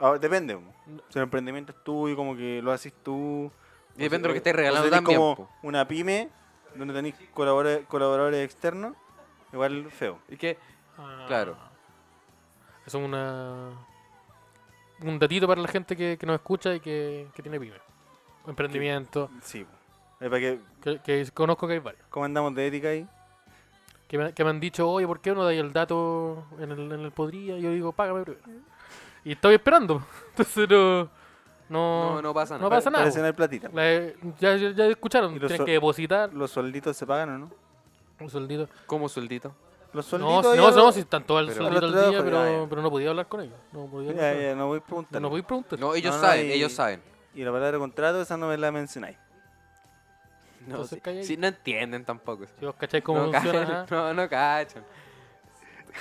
Speaker 4: Ah, depende. po. Si el emprendimiento es tuyo, como que lo haces tú.
Speaker 3: Y depende de lo que
Speaker 4: te
Speaker 3: estés regalando también.
Speaker 4: como
Speaker 3: po.
Speaker 4: una pyme donde tenéis colaboradores, colaboradores externos, igual feo.
Speaker 3: Es que,
Speaker 2: Ah.
Speaker 3: Claro.
Speaker 2: Eso es una... Un datito para la gente que, que nos escucha y que, que tiene pyme. Emprendimiento.
Speaker 4: Sí, po. Es para que,
Speaker 2: Que, que conozco que hay varios.
Speaker 4: ¿cómo andamos de ética ahí?
Speaker 2: Que me, que me han dicho, oye, ¿por qué no dais el dato en el, en el podría? Y yo digo, págame primero. Y estoy esperando. Entonces no... No,
Speaker 3: no, no pasa
Speaker 2: No
Speaker 3: nada.
Speaker 2: pasa nada,
Speaker 4: Para
Speaker 2: po.
Speaker 4: cenar platita.
Speaker 2: La- ya, ya- ya escucharon,
Speaker 4: Y los
Speaker 2: tienes
Speaker 4: sol-
Speaker 2: que depositar
Speaker 4: ¿Los suelditos se pagan o no?
Speaker 2: un sueldito.
Speaker 3: Como sueldito.
Speaker 4: Los
Speaker 2: No, si-
Speaker 4: suelditos. ya
Speaker 2: no,
Speaker 4: lo-
Speaker 2: no, si están todo el
Speaker 3: Pero-
Speaker 2: sueldito al
Speaker 4: Los
Speaker 2: día,
Speaker 4: trabajos, ya,
Speaker 2: pero,
Speaker 4: Ah, ya.
Speaker 2: pero no podía hablar con ellos. No podía hablar
Speaker 4: Ya,
Speaker 2: con ellos.
Speaker 4: ya, no voy a preguntar.
Speaker 2: pues. No podía preguntar.
Speaker 3: No, ellos
Speaker 4: No, no,
Speaker 3: saben,
Speaker 4: y-
Speaker 3: ellos saben.
Speaker 4: Y la palabra contrato, esa no me la mencionáis.
Speaker 3: No,
Speaker 2: Entonces,
Speaker 3: sí-
Speaker 2: calla ahí.
Speaker 3: sí, no entienden tampoco.
Speaker 2: Si vos cacháis cómo
Speaker 3: no,
Speaker 2: funciona.
Speaker 3: cachan,
Speaker 2: ah.
Speaker 3: no, no cachan.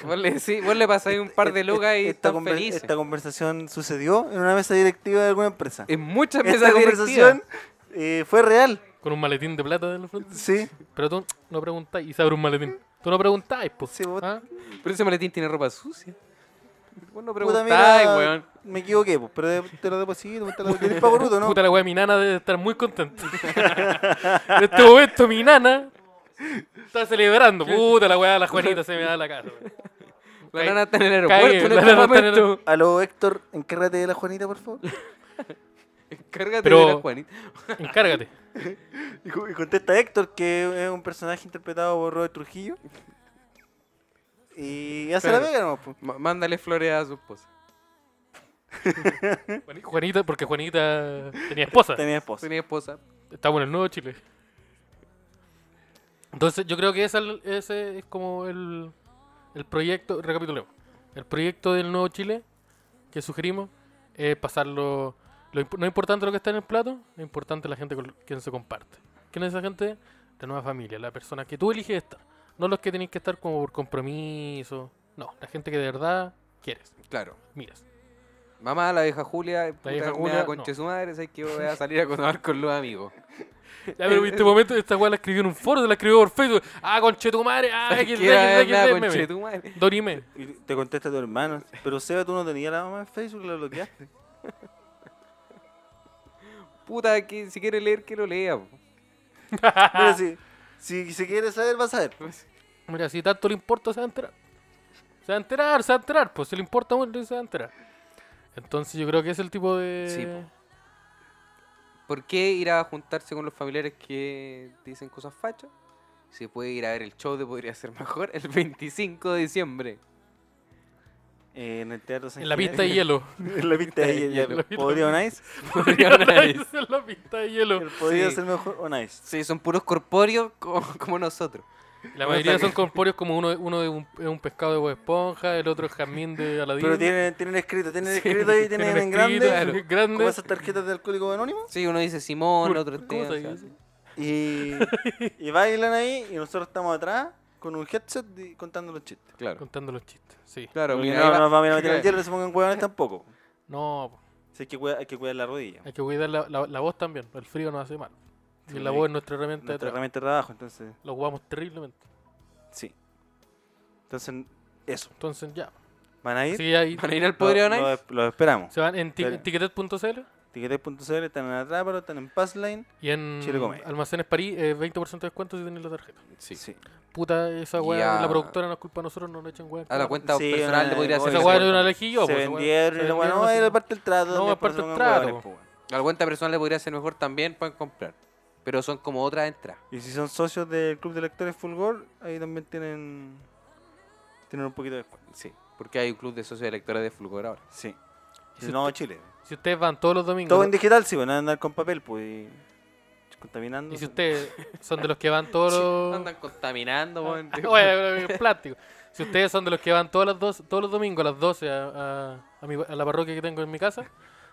Speaker 3: Vos le, decís- vos le pasáis un par de lucas y
Speaker 4: esta,
Speaker 3: están
Speaker 4: conver-
Speaker 3: felices.
Speaker 4: esta conversación sucedió en una mesa directiva de alguna empresa.
Speaker 3: En muchas
Speaker 4: Esta
Speaker 3: mesas
Speaker 4: conversación
Speaker 3: directivas.
Speaker 4: eh, fue real.
Speaker 2: Con un maletín de plata en la frente.
Speaker 4: Sí.
Speaker 2: Pero tú no preguntáis. Y se abre un maletín. Tú no preguntáis, pues.
Speaker 4: Sí, vos-
Speaker 3: Pero ese maletín tiene ropa sucia. Vos no
Speaker 4: Puta,
Speaker 3: preguntáis,
Speaker 4: mira,
Speaker 3: weón.
Speaker 4: Me equivoqué, pues, pero de- te lo deposito. pues, Te lo tenés pago bruto, ¿no?
Speaker 2: Puta la wea, mi nana debe estar muy contenta. en este momento, mi nana está celebrando. Puta la wea, la Juanita se me da la cara.
Speaker 3: La
Speaker 2: Cae-
Speaker 3: nana está en el
Speaker 2: cae-
Speaker 3: aeropuerto en
Speaker 2: la
Speaker 3: este
Speaker 2: nana está en el-
Speaker 3: momento.
Speaker 4: Aló, Héctor, encárgate de la Juanita, por favor.
Speaker 3: Encárgate
Speaker 2: Pero-
Speaker 3: de la Juanita.
Speaker 2: Encárgate.
Speaker 4: Y, co- y contesta Héctor, que es un personaje interpretado por Robert Trujillo. Y hace la
Speaker 3: Claro.
Speaker 4: pega nomás, pues.
Speaker 3: Ma- Mándale flores a su esposa.
Speaker 2: Juani- Juanita, porque Juanita tenía esposa.
Speaker 4: Tenía esposa.
Speaker 3: Tenía esposa.
Speaker 2: Estamos en el nuevo Chile. Entonces, yo creo que esa- ese es como el, el proyecto. Recapitulemos. El proyecto del nuevo Chile que sugerimos es pasarlo. Lo, imp- no es importante lo que está en el plato, es importante la gente con quien se comparte. ¿Quién es esa gente? La nueva familia, la persona que tú eliges estar. No los que tenéis que estar como por compromiso. No, la gente que de verdad quieres,
Speaker 3: Claro.
Speaker 2: miras.
Speaker 3: Mamá, la vieja Julia, puta,
Speaker 2: vieja
Speaker 3: me
Speaker 2: Julia,
Speaker 3: da concha
Speaker 2: no.
Speaker 3: su madre, sabes que yo voy a salir a conocer con los amigos.
Speaker 2: Ya, pero en este momento esta weá la escribió en un foro, se la escribió por Facebook. Ah, conche tu madre, ah,
Speaker 3: ¿Sabes
Speaker 2: XD,
Speaker 3: qué? Ah, me da
Speaker 2: XD,
Speaker 3: concha
Speaker 2: meme.
Speaker 3: tu madre.
Speaker 2: Dorime.
Speaker 4: Y te contesta tu hermano. Pero Seba, tú no tenías la mamá en Facebook, la bloqueaste.
Speaker 3: Puta, que si quiere leer, que lo lea. po.
Speaker 4: Mira, si, si se quiere saber, va a saber.
Speaker 2: Mira, si tanto le importa, se va a enterar. Se va a enterar, se va a enterar. Pues si le importa mucho, se va a enterar. Entonces yo creo que es el tipo de...
Speaker 3: Sí, po. ¿Por qué ir a juntarse con los familiares que dicen cosas fachas? Se puede ir a ver el show de Podría Ser Mejor el 25 de diciembre.
Speaker 4: Eh, en el teatro San
Speaker 2: en la
Speaker 4: Genaro.
Speaker 2: pista de hielo.
Speaker 4: en la pista de hielo.
Speaker 2: En la pista
Speaker 4: ¿Podría o nice?
Speaker 3: Podría una vez.
Speaker 2: en la pista de hielo.
Speaker 4: ¿Podría
Speaker 3: Sí.
Speaker 4: ser mejor o nice?
Speaker 3: Sí, son puros corpóreos co- como, nosotros.
Speaker 2: La mayoría son corpóreos como uno, uno es, un, es un pescado de Bob esponja, el otro es jazmín de Aladín.
Speaker 4: Pero tienen, tienen escrito, tienen escrito ahí, tienen en grande.
Speaker 2: escrito, grande.
Speaker 4: Como esas tarjetas de alcohólico anónimo.
Speaker 3: Sí, uno dice Simón,
Speaker 2: Cur-
Speaker 3: otro
Speaker 2: ¿cómo se
Speaker 3: Esteban. o sea,
Speaker 2: dice?
Speaker 4: Y, y bailan ahí y nosotros estamos atrás con un headset y- contando los chistes.
Speaker 3: Claro.
Speaker 2: Contando los chistes, sí.
Speaker 3: Claro,
Speaker 4: Porque
Speaker 3: mira,
Speaker 4: no
Speaker 3: ahí va-
Speaker 4: nos vamos a ir a meter al hielo y se pongan huevones tampoco.
Speaker 2: No, po.
Speaker 4: Si hay, que cuidar, hay que cuidar la rodilla.
Speaker 2: hay que cuidar la, la- la voz también. El frío nos hace mal.
Speaker 4: Sí,
Speaker 2: y la voz es nuestra herramienta de
Speaker 4: Nuestra
Speaker 2: trabajo.
Speaker 4: herramienta de trabajo, entonces,
Speaker 2: Lo jugamos terriblemente.
Speaker 4: sí. Entonces, eso.
Speaker 2: Entonces ya.
Speaker 4: ¿Van a ir?
Speaker 2: Sí, ahí
Speaker 3: Van a ir al Podría
Speaker 4: Lo-
Speaker 3: Nice.
Speaker 4: lo- Los esperamos.
Speaker 2: se van en ti-
Speaker 4: Pero-
Speaker 2: en tiquetet.cl
Speaker 4: Tiquetes.cl están en Atrápalo, están en Passline.
Speaker 2: Y en
Speaker 4: Chile Comedia.
Speaker 2: Almacenes París, eh, 20% de descuento si tenés la tarjeta.
Speaker 3: Sí.
Speaker 4: sí.
Speaker 2: Puta, esa
Speaker 3: Y
Speaker 2: weá,
Speaker 3: a-
Speaker 2: la productora nos culpa a nosotros, no le echan weá.
Speaker 3: A la cuenta
Speaker 4: Sí,
Speaker 3: personal
Speaker 4: una-
Speaker 3: le podría hacer.
Speaker 2: Esa
Speaker 4: Oye,
Speaker 2: weá
Speaker 4: se-
Speaker 2: no la elegí yo,
Speaker 4: se
Speaker 2: pues, esa weá.
Speaker 4: vendieron y
Speaker 2: Se
Speaker 4: la weá, no,
Speaker 2: vendieron
Speaker 4: ahí le
Speaker 2: así.
Speaker 4: parte el trato.
Speaker 2: No,
Speaker 4: también,
Speaker 2: es
Speaker 4: por
Speaker 2: parte
Speaker 4: eso
Speaker 2: el
Speaker 4: pongan
Speaker 2: trato,
Speaker 4: hueones, po, weón.
Speaker 3: A la cuenta personal le podría hacer mejor también, pueden comprar. Pero son como otras entradas.
Speaker 4: Y si son socios del Club de Lectores Fulgor, ahí también tienen tienen un poquito de descuento.
Speaker 3: Sí. Porque hay un club de socios electores de Fulgor ahora.
Speaker 4: Sí.
Speaker 2: Y si
Speaker 4: no, Chile.
Speaker 2: Si ustedes van todos los domingos.
Speaker 4: Todo
Speaker 2: ¿no?
Speaker 4: en digital, sí, van a andar con papel, pues. y Contaminando.
Speaker 2: Y si ustedes son de los que van todos los.
Speaker 3: Andan contaminando,
Speaker 2: Ah,
Speaker 3: weón.
Speaker 2: bueno, el plástico. Si ustedes son de los que van todas las dos, todos los domingos a las 12 a, a- a mi- a la parroquia que tengo en mi casa,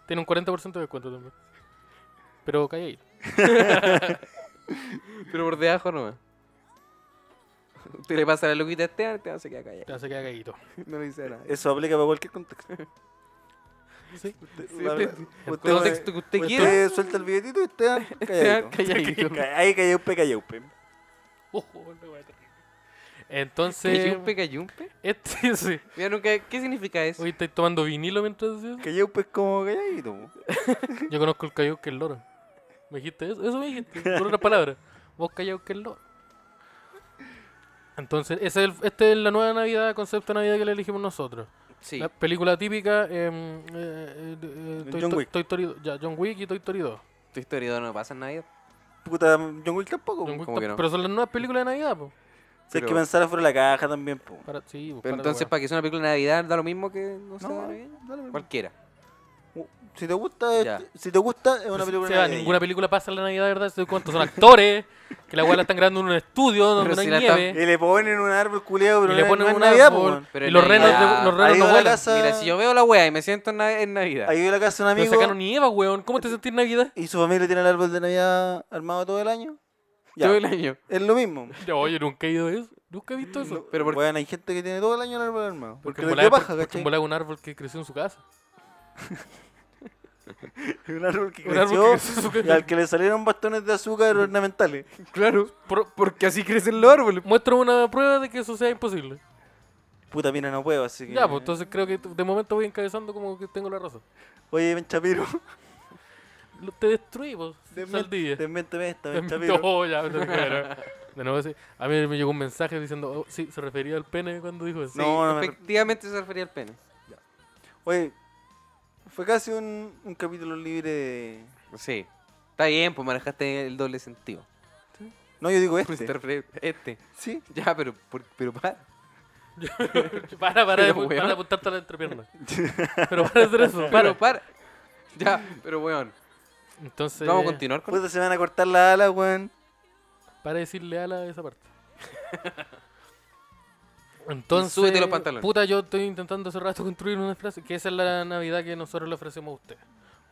Speaker 2: tiene un 40% de descuento también. Pero calladito.
Speaker 3: Pero por debajo nomás. Usted le pasa la loquita a Esteban, Esteban se queda
Speaker 2: Te
Speaker 3: callado.
Speaker 2: hace quedar calladito.
Speaker 3: No le dice nada.
Speaker 4: Eso aplica para cualquier contexto.
Speaker 2: Sí.
Speaker 4: Usted,
Speaker 3: Sí,
Speaker 4: la-
Speaker 3: usted- El
Speaker 4: usted-
Speaker 3: contexto que usted
Speaker 4: usted
Speaker 3: quiera,
Speaker 4: suelta el billetito y usted
Speaker 3: Esteban
Speaker 4: calladito.
Speaker 3: calladito.
Speaker 4: Ca- Ahí callaupe, callaupe.
Speaker 2: Ojo, la weá. Entonces,
Speaker 3: ¿Cayumpe, cayumpe?
Speaker 2: este, sí.
Speaker 3: Mira, nunca- ¿Qué significa eso?
Speaker 2: Hoy estáis tomando vinilo mientras decías.
Speaker 4: Cayeupe es como calladito. po.
Speaker 2: Yo conozco el callao que el loro. ¿Me dijiste eso? Eso me dijiste, por otras palabras. Vos callao que el loro. Entonces, ese es el- esta es la nueva Navidad, concepto de Navidad que le elegimos nosotros.
Speaker 3: Sí.
Speaker 2: La película típica, em, eh, eh, eh, Toy,
Speaker 4: John
Speaker 2: Toy-
Speaker 4: Wick.
Speaker 2: Toy Story do- ya, John Wick y Toy Story 2.
Speaker 3: Tu historia no pasa en Navidad.
Speaker 4: Puta, John Wick tampoco.
Speaker 2: John
Speaker 4: po.
Speaker 2: Wick
Speaker 3: ¿Cómo que
Speaker 2: tam-
Speaker 3: no?
Speaker 2: Pero son las nuevas películas de Navidad, po.
Speaker 4: Si hay que
Speaker 3: Pero-
Speaker 4: pensar afuera de la caja también, po.
Speaker 2: Para, sí, po, pues,
Speaker 3: Pero
Speaker 2: para la
Speaker 3: entonces,
Speaker 2: wea.
Speaker 3: para que sea una película de Navidad, da lo mismo que no sea
Speaker 4: No,
Speaker 3: de Navidad.
Speaker 4: dale, po.
Speaker 3: Cualquiera.
Speaker 4: Si te gusta,
Speaker 3: Ya.
Speaker 4: este- si te gusta es una película
Speaker 2: Pues, Seba,
Speaker 4: navideña.
Speaker 2: ninguna película pasa en la Navidad, ¿verdad? Soy cuánto son actores, que la weá la están grabando en un estudio donde
Speaker 3: Pero
Speaker 2: no hay
Speaker 3: si la están-
Speaker 2: nieve.
Speaker 4: Y le ponen un árbol culeado, pero
Speaker 2: Y le
Speaker 4: no-
Speaker 2: ponen
Speaker 4: no es
Speaker 2: un
Speaker 4: Navidad, po,
Speaker 2: árbol.
Speaker 4: weón.
Speaker 3: Pero
Speaker 2: y
Speaker 3: en
Speaker 2: los renos,
Speaker 3: Navidad-
Speaker 2: de- los
Speaker 4: Ahí
Speaker 2: renos no
Speaker 4: va la
Speaker 2: vuelan.
Speaker 4: casa-
Speaker 3: Mira, si yo veo la wea y me siento en, na- en Navidad.
Speaker 4: Ahí vive la casa de un
Speaker 2: Pero
Speaker 4: amigo
Speaker 2: sacaron nieve, weón. ¿Cómo te sentís en Navidad?
Speaker 4: y su familia tiene el árbol de Navidad armado todo el año. Ya,
Speaker 3: Todo el año.
Speaker 4: Es lo mismo.
Speaker 2: Ya, oye, nunca he ido a eso. Nunca he visto eso.
Speaker 3: Pero por-
Speaker 4: Bueno, hay gente que tiene todo el año el árbol armado. Porque,
Speaker 2: en
Speaker 4: le
Speaker 2: volada-
Speaker 4: dio paja,
Speaker 2: porque en
Speaker 4: ¿cachai?
Speaker 2: volada un árbol que creció en su casa.
Speaker 4: Un árbol que
Speaker 2: Un árbol que creció en
Speaker 4: creció
Speaker 2: su
Speaker 4: y
Speaker 2: casa.
Speaker 4: al que le salieron bastones de azúcar ornamentales.
Speaker 3: Claro, porque así crecen los árboles.
Speaker 2: Muestra una prueba de que eso sea imposible.
Speaker 4: Puta, mira, no puedo, así que...
Speaker 2: Ya, pues entonces creo que de momento voy encabezando como que tengo la razón.
Speaker 4: Oye, Ben Shapiro.
Speaker 2: Lo- Te destruí, pues. Saldivia.
Speaker 4: Desmiénteme esta, Ben
Speaker 2: Desmintó,
Speaker 4: Shapiro.
Speaker 2: ya, pero- pero- de nuevo sí. A mí me llegó un mensaje diciendo, oh, sí, se refería al pene cuando dijo eso.
Speaker 4: No, no me-
Speaker 3: efectivamente se refería al pene.
Speaker 4: Oye, fue casi un, un capítulo libre de...
Speaker 3: Sí. Está bien, pues manejaste el doble sentido.
Speaker 4: No, yo digo
Speaker 3: Pues te
Speaker 4: este.
Speaker 3: refieres- Este.
Speaker 4: Sí,
Speaker 3: Ya, pero, por- pero para.
Speaker 2: Para, para, de,
Speaker 3: Pero,
Speaker 2: para
Speaker 3: weón.
Speaker 2: de apuntarte a la entrepierna. Pero para de hacer eso, para.
Speaker 3: Pero para. Ya, pero weón.
Speaker 2: Entonces,
Speaker 3: Vamos a continuar con.
Speaker 4: puta, se van a cortar las alas, weón.
Speaker 2: para decirle a la esa parte. Entonces,
Speaker 3: súbete los pantalones.
Speaker 2: puta, yo estoy intentando hace rato construir una frase, que esa es la Navidad que nosotros le ofrecemos a ustedes.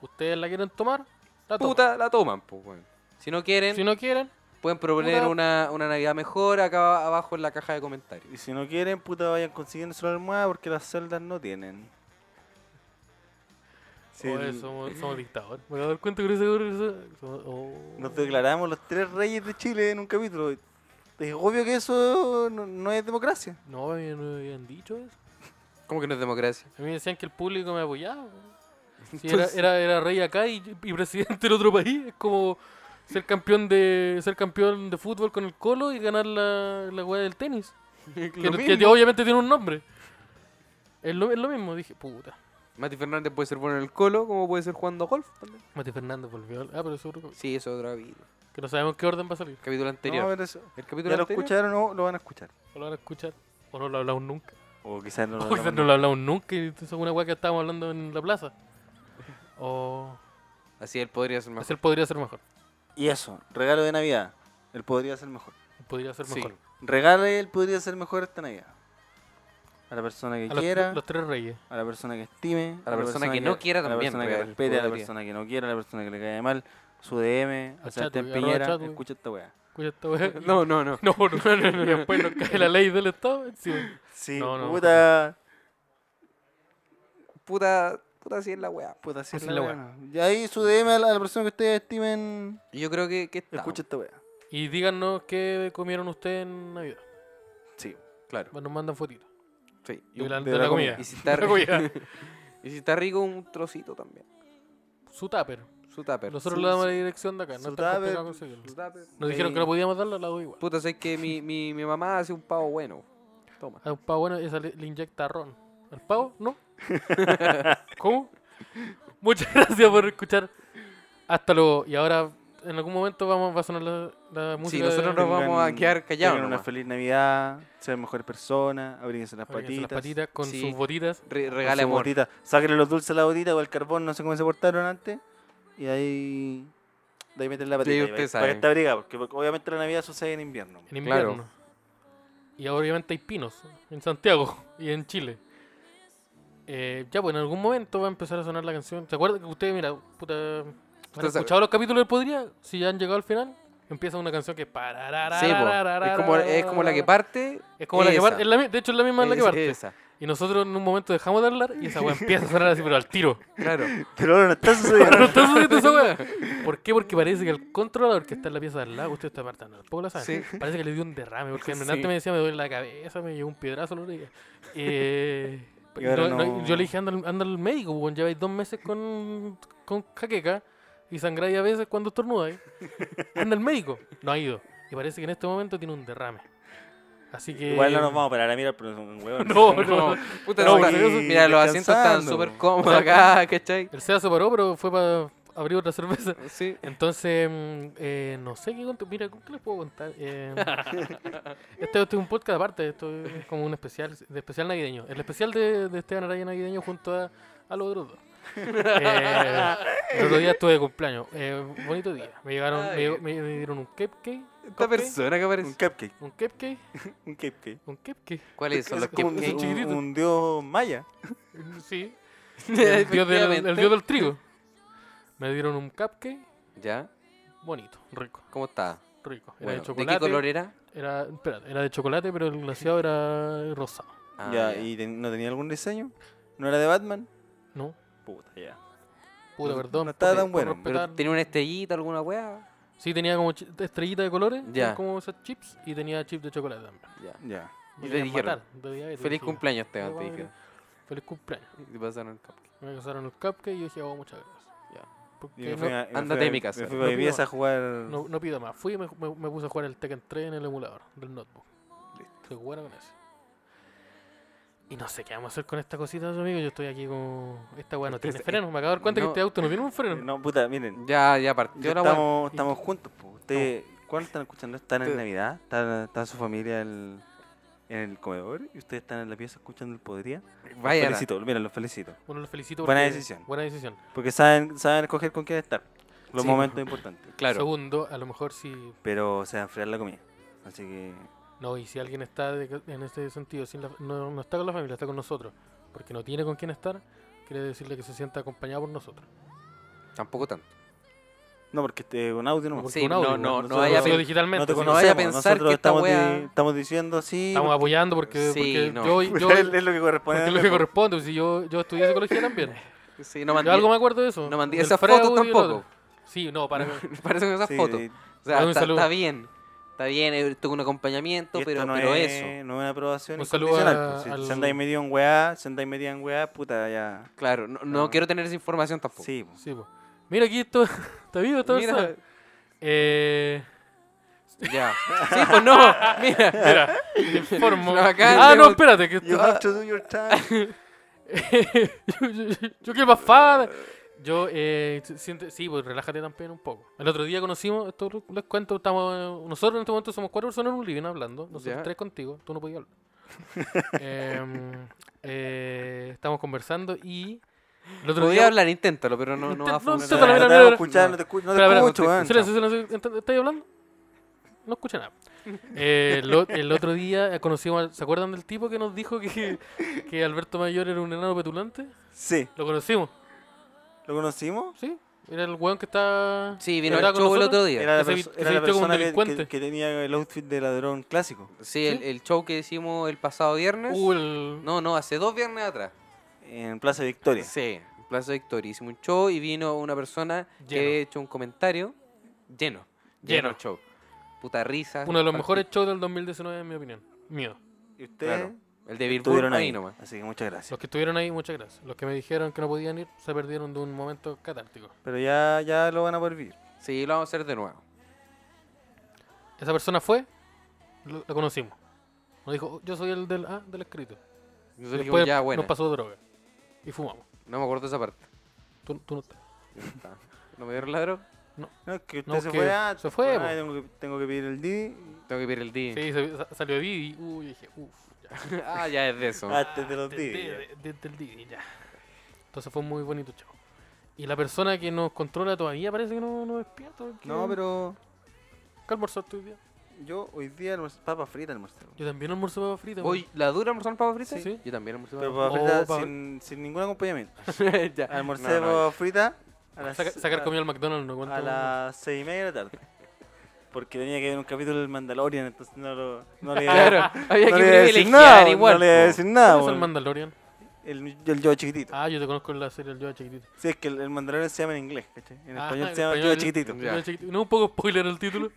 Speaker 2: Ustedes la quieren tomar, la toman.
Speaker 3: Puta, la toman, pues weón. Si no quieren,
Speaker 2: Si no quieren,
Speaker 3: pueden proponer
Speaker 2: puta.
Speaker 3: una, una Navidad mejor acá abajo en la caja de comentarios.
Speaker 4: Y si no quieren, puta, vayan consiguiendo su almohada porque las celdas no tienen. Si
Speaker 2: Joder,
Speaker 4: el-
Speaker 2: oh, eh, somos, somos dictadores. Me acabo de dar cuenta que seguro somos- oh.
Speaker 4: Nos declaramos los tres reyes de Chile en un capítulo. Es obvio que eso no, no es democracia.
Speaker 2: No, a mí no me habían dicho eso.
Speaker 3: ¿Cómo que no es democracia?
Speaker 2: A mí me decían que el público me apoyaba. Sí, era, era, era rey acá y, y presidente del otro país. Es como ser campeón de ser campeón de fútbol con el Colo y ganar la, la weá del tenis.
Speaker 3: Lo
Speaker 2: Que, que
Speaker 3: mismo.
Speaker 2: obviamente tiene un nombre. Es lo, es lo mismo, dije, puta.
Speaker 3: Mati Fernández puede ser bueno en el colo, como puede ser jugando golf también.
Speaker 2: Mati Fernández volvió. al- Ah, pero seguro
Speaker 3: Sí, eso es otra vida.
Speaker 2: que no sabemos qué orden va a salir.
Speaker 3: Capítulo anterior.
Speaker 4: No, pero eso-
Speaker 3: el capítulo
Speaker 4: Ya lo
Speaker 3: anterior.
Speaker 4: escucharon o lo van a escuchar.
Speaker 2: O lo van a escuchar. O no lo hablamos nunca.
Speaker 4: O quizás no
Speaker 2: O
Speaker 4: lo van a
Speaker 2: quizás no lo hablamos nunca y eso es una weá que estábamos hablando en la plaza. O
Speaker 3: Así él podría
Speaker 2: así
Speaker 3: ser mejor.
Speaker 2: él podría ser mejor.
Speaker 4: Y eso, regalo de Navidad. Él podría ser mejor.
Speaker 2: Podría ser
Speaker 3: Sí.
Speaker 2: mejor.
Speaker 4: Regale él podría ser mejor esta Navidad. A la persona que
Speaker 2: A los,
Speaker 4: quiera,
Speaker 2: los tres reyes.
Speaker 4: a la persona que estime,
Speaker 3: A la persona que no quiera
Speaker 4: A la
Speaker 3: también,
Speaker 4: persona que
Speaker 3: regale,
Speaker 4: respete, a la
Speaker 3: podría.
Speaker 4: persona que no quiera, a la persona que le caiga mal. Su DM,
Speaker 2: Al
Speaker 4: a Sebastián
Speaker 2: Chadwick, arroba
Speaker 4: Piñera,
Speaker 2: Chadwick.
Speaker 4: escucha esta weá.
Speaker 2: Cuya esta weá.
Speaker 3: No, no, no.
Speaker 2: No, no, no, no, después nos cae la ley del Estado encima.
Speaker 4: Sí,
Speaker 2: No, no,
Speaker 4: puta.
Speaker 3: Puta, puta, así es la weá.
Speaker 4: Puta, sí,
Speaker 2: Así
Speaker 4: la
Speaker 2: la
Speaker 4: weá. Y ahí su DM a la, a la persona que ustedes estimen,
Speaker 3: Yo creo que, que está.
Speaker 4: escucha esta weá.
Speaker 2: Y díganos qué comieron ustedes en Navidad.
Speaker 4: Sí.
Speaker 3: Claro.
Speaker 2: Nos mandan fotitos.
Speaker 3: Sí. Y,
Speaker 2: De la,
Speaker 4: de
Speaker 2: de
Speaker 4: la
Speaker 2: la
Speaker 4: comida.
Speaker 2: comida.
Speaker 3: y si está
Speaker 2: La
Speaker 3: rico,
Speaker 2: comida.
Speaker 3: y si está rico, un trocito también.
Speaker 2: Su tupper.
Speaker 3: Su tupper.
Speaker 2: Nosotros
Speaker 4: su-
Speaker 2: le damos la dirección de acá.
Speaker 4: su
Speaker 2: No está
Speaker 4: tupper,
Speaker 2: complicado conseguirlo.
Speaker 3: Su tupper.
Speaker 2: Nos dijeron que no podíamos darla, la doy igual.
Speaker 3: Puta, sé que mi, mi, mi mamá hace un pavo bueno. Toma.
Speaker 2: A un pavo bueno esa le, le inyecta ron. ¿Al pavo? ¿No? ¿Cómo? Muchas gracias por escuchar. Hasta luego. Y ahora, en algún momento, vamos, va a sonar la, la música.
Speaker 3: nosotros
Speaker 2: de-
Speaker 3: nos vamos a quedar callados
Speaker 4: Tengan una
Speaker 3: nomás.
Speaker 4: feliz Navidad, sean mejores personas, abríguense las
Speaker 2: Abríguense
Speaker 4: patitas.
Speaker 2: las patitas con
Speaker 3: Sí.
Speaker 2: sus botitas.
Speaker 3: Re-
Speaker 4: con
Speaker 3: regale
Speaker 4: sus
Speaker 3: amor.
Speaker 4: botitas. Sáquenle los dulces a la botita o al carbón, no sé cómo se portaron antes. Y ahí. De ahí meten la patita.
Speaker 3: Sí,
Speaker 4: y
Speaker 3: usted
Speaker 4: va-
Speaker 3: sabe.
Speaker 4: Para que esté abrigada, porque obviamente la Navidad sucede en invierno.
Speaker 2: En
Speaker 3: Claro.
Speaker 2: invierno. Y obviamente hay pinos en Santiago y en Chile. Eh, ya, pues en algún momento va a empezar a sonar la canción. ¿Se acuerdan que ustedes, mira, puta. ¿Han
Speaker 3: Ustedes saben.
Speaker 2: escuchado los capítulos del Podría? Si ya han llegado al final, empieza una canción que. es
Speaker 3: Sí, po. es, como, es como la que parte.
Speaker 2: Es como la que
Speaker 3: esa.
Speaker 2: parte. es la mi- De hecho, es la misma en la que
Speaker 3: Es-
Speaker 2: parte.
Speaker 3: esa.
Speaker 2: Y nosotros en un momento dejamos de hablar y esa weá empieza a sonar así, pero al tiro.
Speaker 3: Claro.
Speaker 4: Pero ahora no está
Speaker 2: Pero no
Speaker 4: sucediendo.
Speaker 2: está sucediendo esa weá. ¿Por qué? Porque parece que el controlador que está en la pieza de al lado, usted está apartando, tampoco lo sabe.
Speaker 3: Sí.
Speaker 2: Parece que le dio un derrame, porque
Speaker 3: Sí.
Speaker 2: en antes me decía me duele la cabeza, me llegó un piedrazo la oreja. Eh,
Speaker 4: Y
Speaker 2: y
Speaker 4: ahora
Speaker 2: no- no-
Speaker 4: no.
Speaker 2: Yo le dije, anda, al- anda al médico, pues, weón, lleváis dos meses con, con jaqueca y sangráis a veces cuando estornudáis. Anda al médico. No ha ido. Y parece que en este momento tiene un derrame. Así que...
Speaker 4: Igual no nos vamos a parar a mirar, pero es un hueón.
Speaker 2: No,
Speaker 3: No,
Speaker 2: no.
Speaker 3: puta,
Speaker 2: No,
Speaker 3: no, está-
Speaker 4: porque-
Speaker 3: mira, los asientos están
Speaker 4: descansando.
Speaker 3: súper cómodos acá, ¿cachai?
Speaker 2: El SEA se paró, pero fue para abrir otra cerveza.
Speaker 3: Sí.
Speaker 2: Entonces, mm, eh, no sé qué contar. Mira, ¿qué les puedo contar? Eh, este, este es un podcast aparte, esto es como un especial, de especial navideño. El especial de, de Esteban Araya navideño junto a, a los otros dos. Eh, el otro día estuve de cumpleaños. Eh, bonito día. Me llegaron, me,
Speaker 3: Ay.
Speaker 2: llegó- me- me dieron un cupcake.
Speaker 3: Esta persona que
Speaker 4: Un
Speaker 3: aparece.
Speaker 4: cupcake.
Speaker 2: Un cupcake.
Speaker 4: Un cupcake.
Speaker 2: Un cupcake.
Speaker 3: ¿Cuáles son
Speaker 4: Es
Speaker 3: los
Speaker 4: como un,
Speaker 2: cupcakes
Speaker 3: cupcakes?
Speaker 4: un,
Speaker 2: chiquititos.
Speaker 4: un dios maya.
Speaker 2: Sí. El dios del, el dios del trigo. Me dieron un cupcake
Speaker 3: ¿Ya?
Speaker 2: bonito, rico,
Speaker 3: ¿Cómo está?
Speaker 2: rico. Era
Speaker 3: Bueno,
Speaker 2: de
Speaker 3: ¿De
Speaker 2: chocolate.
Speaker 3: qué color era?
Speaker 2: Era, espérate, era de chocolate, pero el glaseado era rosado,
Speaker 3: Ah,
Speaker 4: ya, ¿y ten- no tenía algún diseño? ¿No era de Batman?
Speaker 2: ¿no?
Speaker 4: Puta, ya.
Speaker 2: Puta,
Speaker 4: No-
Speaker 2: perdón.
Speaker 4: no estaba
Speaker 2: por-
Speaker 4: tan
Speaker 2: por
Speaker 4: bueno,
Speaker 3: ¿Pero
Speaker 2: respetar.
Speaker 3: tenía una estrellita, alguna weá?
Speaker 2: Sí, tenía como chi- estrellita de colores,
Speaker 3: Ya.
Speaker 2: como esas chips, y tenía chip de chocolate también.
Speaker 3: Ya.
Speaker 4: Ya.
Speaker 2: Me
Speaker 3: Y te
Speaker 2: querían
Speaker 3: dijeron,
Speaker 2: matar de diabetes,
Speaker 3: feliz
Speaker 2: dije,
Speaker 3: cumpleaños, te
Speaker 2: "Qué
Speaker 3: te
Speaker 2: guay,
Speaker 3: dijeron.
Speaker 2: Feliz cumpleaños.
Speaker 3: Y te pasaron el cupcake.
Speaker 2: Me pasaron el cupcake y yo dije, oh, muchas gracias.
Speaker 4: Y
Speaker 2: Porque
Speaker 4: me fui
Speaker 2: no,
Speaker 4: a- y me
Speaker 3: ándate
Speaker 4: fui a-
Speaker 3: de mi casa.
Speaker 4: Me fui
Speaker 2: No
Speaker 4: a
Speaker 2: pido
Speaker 4: Ibiza a
Speaker 2: más.
Speaker 4: jugar.
Speaker 2: no, no pido más. Fui y me, me- me puse a jugar el Tekken 3 en el emulador del notebook. Listo. Soy bueno con eso. Y no sé qué vamos a hacer con esta cosita, amigo. Yo estoy aquí con... Esta weá no tiene freno. Me acabo de dar cuenta
Speaker 3: No.
Speaker 2: que este auto no tiene un freno.
Speaker 4: No, puta, miren.
Speaker 3: Ya, ya
Speaker 4: Ya
Speaker 3: partió la weá.
Speaker 4: estamos, estamos juntos, po. Ustedes, ¿cuándo están escuchando? ¿Están en
Speaker 3: Te-
Speaker 4: Navidad? ¿Está, está su familia el- en el comedor? ¿Y ustedes están en la pieza escuchando el podría? Los
Speaker 3: Vaya.
Speaker 4: felicito, miren, los felicito.
Speaker 2: Bueno, los felicito.
Speaker 4: Buena
Speaker 2: porque-
Speaker 4: decisión.
Speaker 2: Buena decisión.
Speaker 4: Porque saben, saben escoger con quién estar. Los
Speaker 3: Sí.
Speaker 4: momentos importantes.
Speaker 3: Claro.
Speaker 2: Segundo, a lo mejor si
Speaker 4: Pero se va a enfriar la comida. Así que.
Speaker 2: no y si alguien está de- en este sentido, sin la- no, no está con la familia, está con nosotros, porque no tiene con quién estar, quiere decirle que se sienta acompañado por nosotros.
Speaker 3: Tampoco tanto.
Speaker 4: No, porque este, un audio no.
Speaker 2: Porque
Speaker 3: Sí,
Speaker 2: un
Speaker 3: no,
Speaker 2: audio,
Speaker 3: no, no
Speaker 2: nosotros
Speaker 3: vaya a
Speaker 2: lo hacemos
Speaker 3: pen-
Speaker 2: digitalmente,
Speaker 4: No te
Speaker 2: sí,
Speaker 3: no vaya a
Speaker 4: conocemos.
Speaker 3: pensar
Speaker 4: Nosotros
Speaker 3: que esta
Speaker 4: estamos, di-
Speaker 3: wea-
Speaker 4: estamos diciendo sí.
Speaker 2: estamos apoyando porque,
Speaker 3: Sí,
Speaker 2: porque
Speaker 3: no.
Speaker 2: yo, yo
Speaker 4: es es lo que corresponde.
Speaker 2: porque es lo que corresponde, pues, si yo, yo estudié psicología también.
Speaker 3: Sí, no
Speaker 2: Yo
Speaker 3: mandé,
Speaker 2: algo me acuerdo de eso.
Speaker 3: no mandé
Speaker 2: del
Speaker 3: esas
Speaker 2: Freud
Speaker 3: fotos
Speaker 2: y del otro.
Speaker 3: tampoco.
Speaker 2: Sí, no, para mí.
Speaker 3: Parece que esas
Speaker 4: Sí,
Speaker 3: fotos.
Speaker 4: y
Speaker 3: O sea,
Speaker 2: Un
Speaker 3: está,
Speaker 2: saludo.
Speaker 3: está bien. Está bien, eh, tuvo un acompañamiento,
Speaker 4: esto
Speaker 3: pero,
Speaker 4: no
Speaker 3: pero
Speaker 4: es,
Speaker 3: eso.
Speaker 4: No es una aprobación.
Speaker 2: Un saludo
Speaker 4: incondicional,
Speaker 2: a-
Speaker 4: po. Si
Speaker 2: al-
Speaker 4: se andáis medio en weá, se andáis medio en weá, puta, ya.
Speaker 3: Claro, no, no
Speaker 4: No.
Speaker 3: quiero tener esa información tampoco.
Speaker 4: Sí, po.
Speaker 2: Sí, po. Mira aquí esto está vivo esta
Speaker 3: Mira.
Speaker 2: persona. Eh
Speaker 3: Ya. Sí, pues no. Mira.
Speaker 2: Mira, te informo.
Speaker 3: Pero acá
Speaker 2: ah, no,
Speaker 3: tenemos-
Speaker 2: espérate. Que
Speaker 4: You have to do your time.
Speaker 2: yo, yo, yo- yo qué más fada. Yo, eh, si- siente- sí, pues relájate también un poco. El otro día conocimos, esto lo- les cuento, estamos, eh, nosotros en este momento somos cuatro personas en un living hablando, nosotros
Speaker 3: Ya.
Speaker 2: tres contigo, tú no podías hablar. Em, eh, estamos conversando y el otro
Speaker 3: Podría
Speaker 2: día...
Speaker 3: hablar, inténtalo, pero no, no va a
Speaker 2: Intent- no,
Speaker 4: No
Speaker 2: Chuta,
Speaker 4: te
Speaker 2: la
Speaker 3: funcionar.
Speaker 2: mira,
Speaker 4: no te
Speaker 2: mira,
Speaker 4: hago
Speaker 2: mira.
Speaker 4: escuchar, no te escu- no te
Speaker 2: Espera, espera,
Speaker 4: escucho, weón.
Speaker 2: Silencio, silencio, silencio. ¿Estáis hablando? No escucha nada. Eh, el, o- el otro día eh, conocimos, al- ¿se acuerdan del tipo que nos dijo que, que Alberto Mayor era un enano petulante?
Speaker 4: Sí,
Speaker 2: Lo conocimos,
Speaker 4: ¿lo conocimos?
Speaker 2: ¿sí? Era el weón que está...
Speaker 3: Sí, vino
Speaker 2: ¿Está
Speaker 3: el
Speaker 2: con
Speaker 3: show el
Speaker 2: nosotros?
Speaker 3: otro día.
Speaker 4: Era la,
Speaker 2: Ese
Speaker 4: perso-
Speaker 2: vi-
Speaker 4: era
Speaker 2: ese
Speaker 4: la
Speaker 2: viste como un
Speaker 4: persona que- que,
Speaker 2: delincuente.
Speaker 4: que tenía el outfit de ladrón clásico.
Speaker 3: Sí, el,
Speaker 2: Sí.
Speaker 3: el show que hicimos el pasado viernes.
Speaker 2: Uh, el...
Speaker 3: No, no, hace dos viernes atrás.
Speaker 4: En Plaza Victoria.
Speaker 3: Sí, en Plaza Victoria. Hicimos un show y vino una persona que
Speaker 2: Lleno.
Speaker 3: había hecho un comentario lleno.
Speaker 2: Lleno.
Speaker 3: Lleno el show. Puta risa.
Speaker 2: Uno de los
Speaker 3: palpito.
Speaker 2: mejores shows del 2019, en mi opinión. Mío.
Speaker 4: Y ustedes
Speaker 3: Claro. El de Bilbao
Speaker 4: estuvieron
Speaker 3: ahí
Speaker 4: ahí.
Speaker 3: nomás.
Speaker 4: Así que muchas gracias.
Speaker 2: Los que estuvieron ahí, muchas gracias. Los que me dijeron que no podían ir, se perdieron de un momento catártico.
Speaker 4: Pero ya, ya lo van a poder vivir.
Speaker 3: Sí, lo vamos a hacer de nuevo.
Speaker 2: Esa persona fue, lo- la conocimos. Nos dijo, "Oh, yo soy el del, ah, del escrito.
Speaker 3: Nosotros
Speaker 2: Después
Speaker 3: dijimos, ya, bueno.
Speaker 2: nos pasó droga. Y fumamos.
Speaker 3: No me acuerdo de esa parte.
Speaker 2: Tú, tú no estás.
Speaker 3: ¿No me dieron ladro?
Speaker 4: No, es que usted
Speaker 2: No,
Speaker 4: se
Speaker 2: que
Speaker 4: fue antes,
Speaker 2: se fue,
Speaker 4: weón.
Speaker 2: po.
Speaker 4: Ay, tengo, que, tengo que pedir el Didi
Speaker 3: Tengo que pedir el día.
Speaker 2: Sí, se- sa- salió Didi. Uy, dije, uff.
Speaker 3: ah, ya es de eso.
Speaker 4: antes de los Didi.
Speaker 2: Desde el Didi, ya. Entonces fue muy bonito, chavo. Y la persona que nos controla todavía parece que no, no despierta. porque-
Speaker 4: No, pero
Speaker 2: ¿Qué almorzaste hoy día?
Speaker 4: yo hoy día almorcé papa frita almorcé. weón.
Speaker 2: Yo también almorcé papa frita. weón.
Speaker 3: Hoy, ¿La dura almorzaron papa frita?
Speaker 2: Sí. Sí.
Speaker 3: Yo también almorcé
Speaker 4: Pero
Speaker 3: papa
Speaker 4: papa
Speaker 2: Oh,
Speaker 4: frita
Speaker 2: papa-
Speaker 4: sin, sin ningún acompañamiento.
Speaker 3: frita. Ya.
Speaker 4: Almorcé
Speaker 3: No, no,
Speaker 4: papa frita a las,
Speaker 2: Saca- sacar
Speaker 4: a- Ah,
Speaker 2: comida al McDonald's no cuenta.
Speaker 4: a las seis y media de la tarde. Porque tenía que ver un capítulo del Mandalorian, entonces no lo. No le
Speaker 3: Claro, había
Speaker 4: no
Speaker 3: que
Speaker 4: le iba a decir
Speaker 3: privilegiar
Speaker 4: nada.
Speaker 3: igual.
Speaker 4: No le iba a
Speaker 3: po.
Speaker 4: decir nada.
Speaker 2: ¿Cuál es el
Speaker 4: weón.
Speaker 2: Mandalorian?
Speaker 4: El, el yo chiquitito.
Speaker 2: Ah, yo te conozco en la serie El Yoda Chiquitito.
Speaker 4: Sí, es que el, el Mandalorian se llama en inglés, ¿cachai? En
Speaker 2: Ah,
Speaker 4: español
Speaker 2: en
Speaker 4: se llama el yo
Speaker 2: español-
Speaker 4: chiquitito.
Speaker 2: El
Speaker 3: Ya.
Speaker 2: Yoda Chiquitito. No, un poco spoiler el título.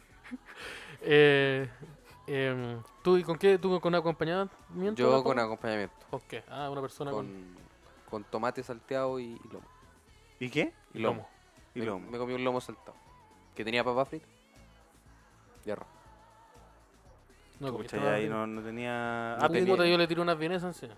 Speaker 2: eh, em, ¿Tú y con qué? ¿Tú con acompañamiento?
Speaker 3: Yo
Speaker 2: tampoco?
Speaker 3: con acompañamiento.
Speaker 2: ¿Con qué? Ah, una persona con,
Speaker 3: Con, con tomate salteado y, y lomo.
Speaker 4: ¿Y qué?
Speaker 3: Y
Speaker 2: lomo.
Speaker 4: Y
Speaker 3: Me-
Speaker 4: lomo.
Speaker 3: Me comí un lomo saltado. Que tenía papa frita. Y arroz.
Speaker 2: No, comiste
Speaker 4: Pucha, ya
Speaker 2: nada,
Speaker 4: ahí
Speaker 2: tío.
Speaker 4: no, no tenía.
Speaker 2: Ah,
Speaker 4: Ah,
Speaker 3: tenía-
Speaker 2: puta, yo le tiré unas vienesas encima.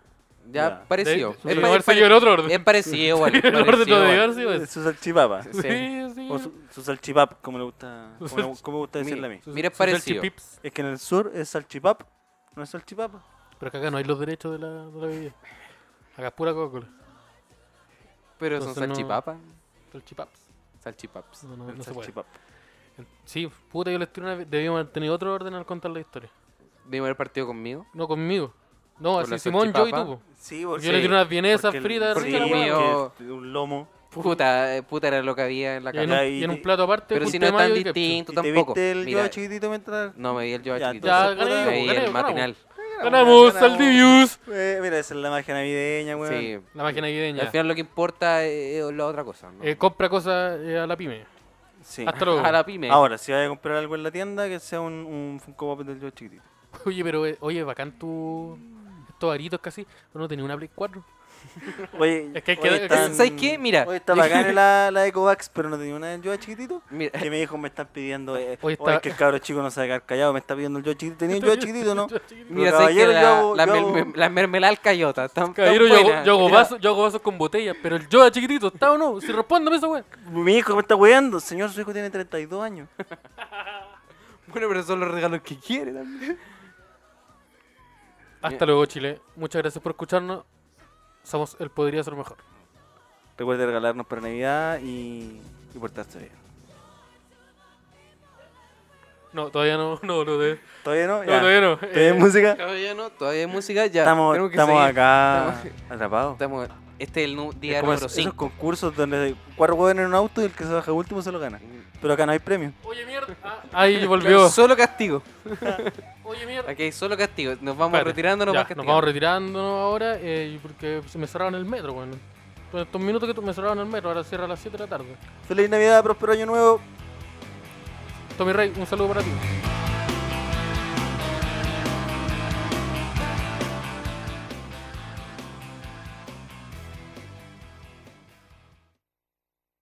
Speaker 3: Ya,
Speaker 4: Ya.
Speaker 3: parecido.
Speaker 2: De-
Speaker 3: Es,
Speaker 2: de
Speaker 3: pa-
Speaker 2: haber
Speaker 3: es pare-
Speaker 2: seguido el otro orden.
Speaker 3: es parecido, igual.
Speaker 2: El orden
Speaker 3: parecido,
Speaker 2: lo debió
Speaker 3: igual.
Speaker 2: haber sido ese.
Speaker 4: Eh, su salchipapa.
Speaker 3: Sí.
Speaker 2: Sí, sí.
Speaker 4: O su, su salchipap, como le gusta,
Speaker 2: Su
Speaker 4: como,
Speaker 2: salch-
Speaker 4: como me gusta decirle a mí.
Speaker 2: Sus-
Speaker 3: Mira, es
Speaker 2: sus
Speaker 3: parecido.
Speaker 2: salchipips.
Speaker 4: Es que en el sur es salchipap, no es salchipapa.
Speaker 2: Pero que acá no hay los derechos de la, de la bebida. Acá es pura Coca-Cola.
Speaker 3: Pero
Speaker 2: Entonces
Speaker 3: son
Speaker 2: no-
Speaker 3: salchipapas.
Speaker 2: Salchipaps.
Speaker 3: Salchipaps.
Speaker 2: No, no,
Speaker 4: el
Speaker 2: no se puede.
Speaker 4: salchipap.
Speaker 2: Sí, puta, yo les tiré una. Debíamos haber tenido otro orden al contar la historia.
Speaker 3: Debimos haber partido conmigo.
Speaker 2: No conmigo. No,
Speaker 3: Con
Speaker 2: así
Speaker 3: la
Speaker 2: Simón, yo y
Speaker 3: salchipapa.
Speaker 2: tú. po.
Speaker 4: Sí,
Speaker 2: Yo le tiré unas vienesas
Speaker 4: porque el-
Speaker 2: fritas,
Speaker 4: porque
Speaker 2: rica la
Speaker 4: el
Speaker 2: weá.
Speaker 3: mío-
Speaker 4: mío- Un lomo.
Speaker 3: Puta, eh, puta era lo que había en la
Speaker 2: Y en,
Speaker 3: casa.
Speaker 2: un,
Speaker 4: Ya, y
Speaker 2: y en
Speaker 4: te-
Speaker 2: un plato aparte,
Speaker 3: Pero
Speaker 2: pulpa
Speaker 3: si no
Speaker 2: de
Speaker 3: es tan
Speaker 2: mayo y ketchup.
Speaker 3: distinto
Speaker 4: ¿Y te
Speaker 3: tampoco.
Speaker 4: viste el
Speaker 3: Mira,
Speaker 4: yo chiquitito mientras.
Speaker 3: no me vi el yo
Speaker 4: Ya,
Speaker 3: chiquitito.
Speaker 2: Ya,
Speaker 4: entonces,
Speaker 2: gané
Speaker 4: puta,
Speaker 2: yo,
Speaker 3: me
Speaker 2: gané
Speaker 3: vi
Speaker 2: yo,
Speaker 3: el
Speaker 2: ganamos.
Speaker 3: matinal.
Speaker 2: Ganamos,
Speaker 4: ganamos.
Speaker 2: Saldivius.
Speaker 4: Eh, mira, esa es la magia navideña, weón.
Speaker 3: Sí.
Speaker 2: La magia
Speaker 3: Al
Speaker 2: navideña.
Speaker 3: final lo que importa es es la otra cosa. ¿no?
Speaker 2: Eh, compra cosas eh, a la pyme.
Speaker 4: Sí.
Speaker 2: Hasta luego.
Speaker 3: A la pyme.
Speaker 4: Ahora, si vas a comprar algo en la tienda, que sea un, un Funko Pop del yo chiquitito.
Speaker 2: Oye, pero eh, oye, bacán tu. Estos aritos casi. Pero no tenía una Play 4.
Speaker 4: Oye,
Speaker 2: Es que hay que-
Speaker 4: hoy
Speaker 2: es que-
Speaker 4: están-
Speaker 3: ¿Sabes qué? Mira.
Speaker 4: Hoy está bacán la, la de Kovacs, pero no tenía una del yo chiquitito.
Speaker 3: Mira,
Speaker 4: Que me dijo, me están pidiendo. Eh,
Speaker 2: Hoy
Speaker 4: hoy
Speaker 2: está-
Speaker 4: es que el cabro chico no sabe quedar callado, me está pidiendo el yo chiquitito. Tenía el yo chiquitito, ¿no?
Speaker 3: mira
Speaker 4: Pero,
Speaker 3: ¿sabes qué?
Speaker 4: caballero, yo
Speaker 3: La,
Speaker 4: hago-
Speaker 3: la
Speaker 4: yo
Speaker 3: mel-
Speaker 4: hago-
Speaker 3: mem- la mermelada al cayota. Tan, tan
Speaker 2: Caballero, yo,
Speaker 3: buena.
Speaker 2: hago- yo hago
Speaker 4: Mira.
Speaker 2: vasos, yo hago vasos con botellas, pero el yo chiquitito, ¿está o no? Si respóndame esa weá.
Speaker 4: Mi hijo me está weando. Señor, su hijo tiene 32 años.
Speaker 3: Bueno, pero son los regalos que quiere también.
Speaker 2: Hasta luego, Chile. Muchas gracias por escucharnos. Somos el Podría Ser Mejor.
Speaker 4: Recuerde regalarnos para Navidad y, y portarse bien.
Speaker 2: No, todavía no, no, no, todavía
Speaker 4: ¿Todavía no?
Speaker 2: no.
Speaker 4: Ya.
Speaker 2: Todavía no.
Speaker 4: ¿Todavía hay
Speaker 2: Eh,
Speaker 4: música?
Speaker 3: Todavía no, todavía hay música. Ya,
Speaker 4: Estamos,
Speaker 3: tenemos que
Speaker 4: estamos
Speaker 3: seguir.
Speaker 4: acá
Speaker 3: Estamos-
Speaker 4: atrapados.
Speaker 3: Estamos, este es el nu-
Speaker 4: Es
Speaker 3: día
Speaker 4: como
Speaker 3: número
Speaker 4: esos- esos
Speaker 3: 5.
Speaker 4: concursos donde hay cuatro huevos en un auto y el que se baja último se lo gana.
Speaker 3: Mm.
Speaker 4: Pero acá no hay premio.
Speaker 2: Oye, mierda. Ah, ahí volvió.
Speaker 3: Solo castigo.
Speaker 2: Oye, mierda.
Speaker 3: Aquí hay solo castigo. Nos vamos
Speaker 2: Espérate,
Speaker 3: retirando, nos
Speaker 2: Ya,
Speaker 3: vamos
Speaker 2: nos
Speaker 3: castigando.
Speaker 2: vamos retirando ahora eh, porque se me cerraron el metro, bueno. Con estos minutos que tu- me cerraron el metro, ahora cierra a las 7 de la tarde.
Speaker 4: Feliz Navidad, próspero año nuevo.
Speaker 2: Tommy Rey, un saludo para ti.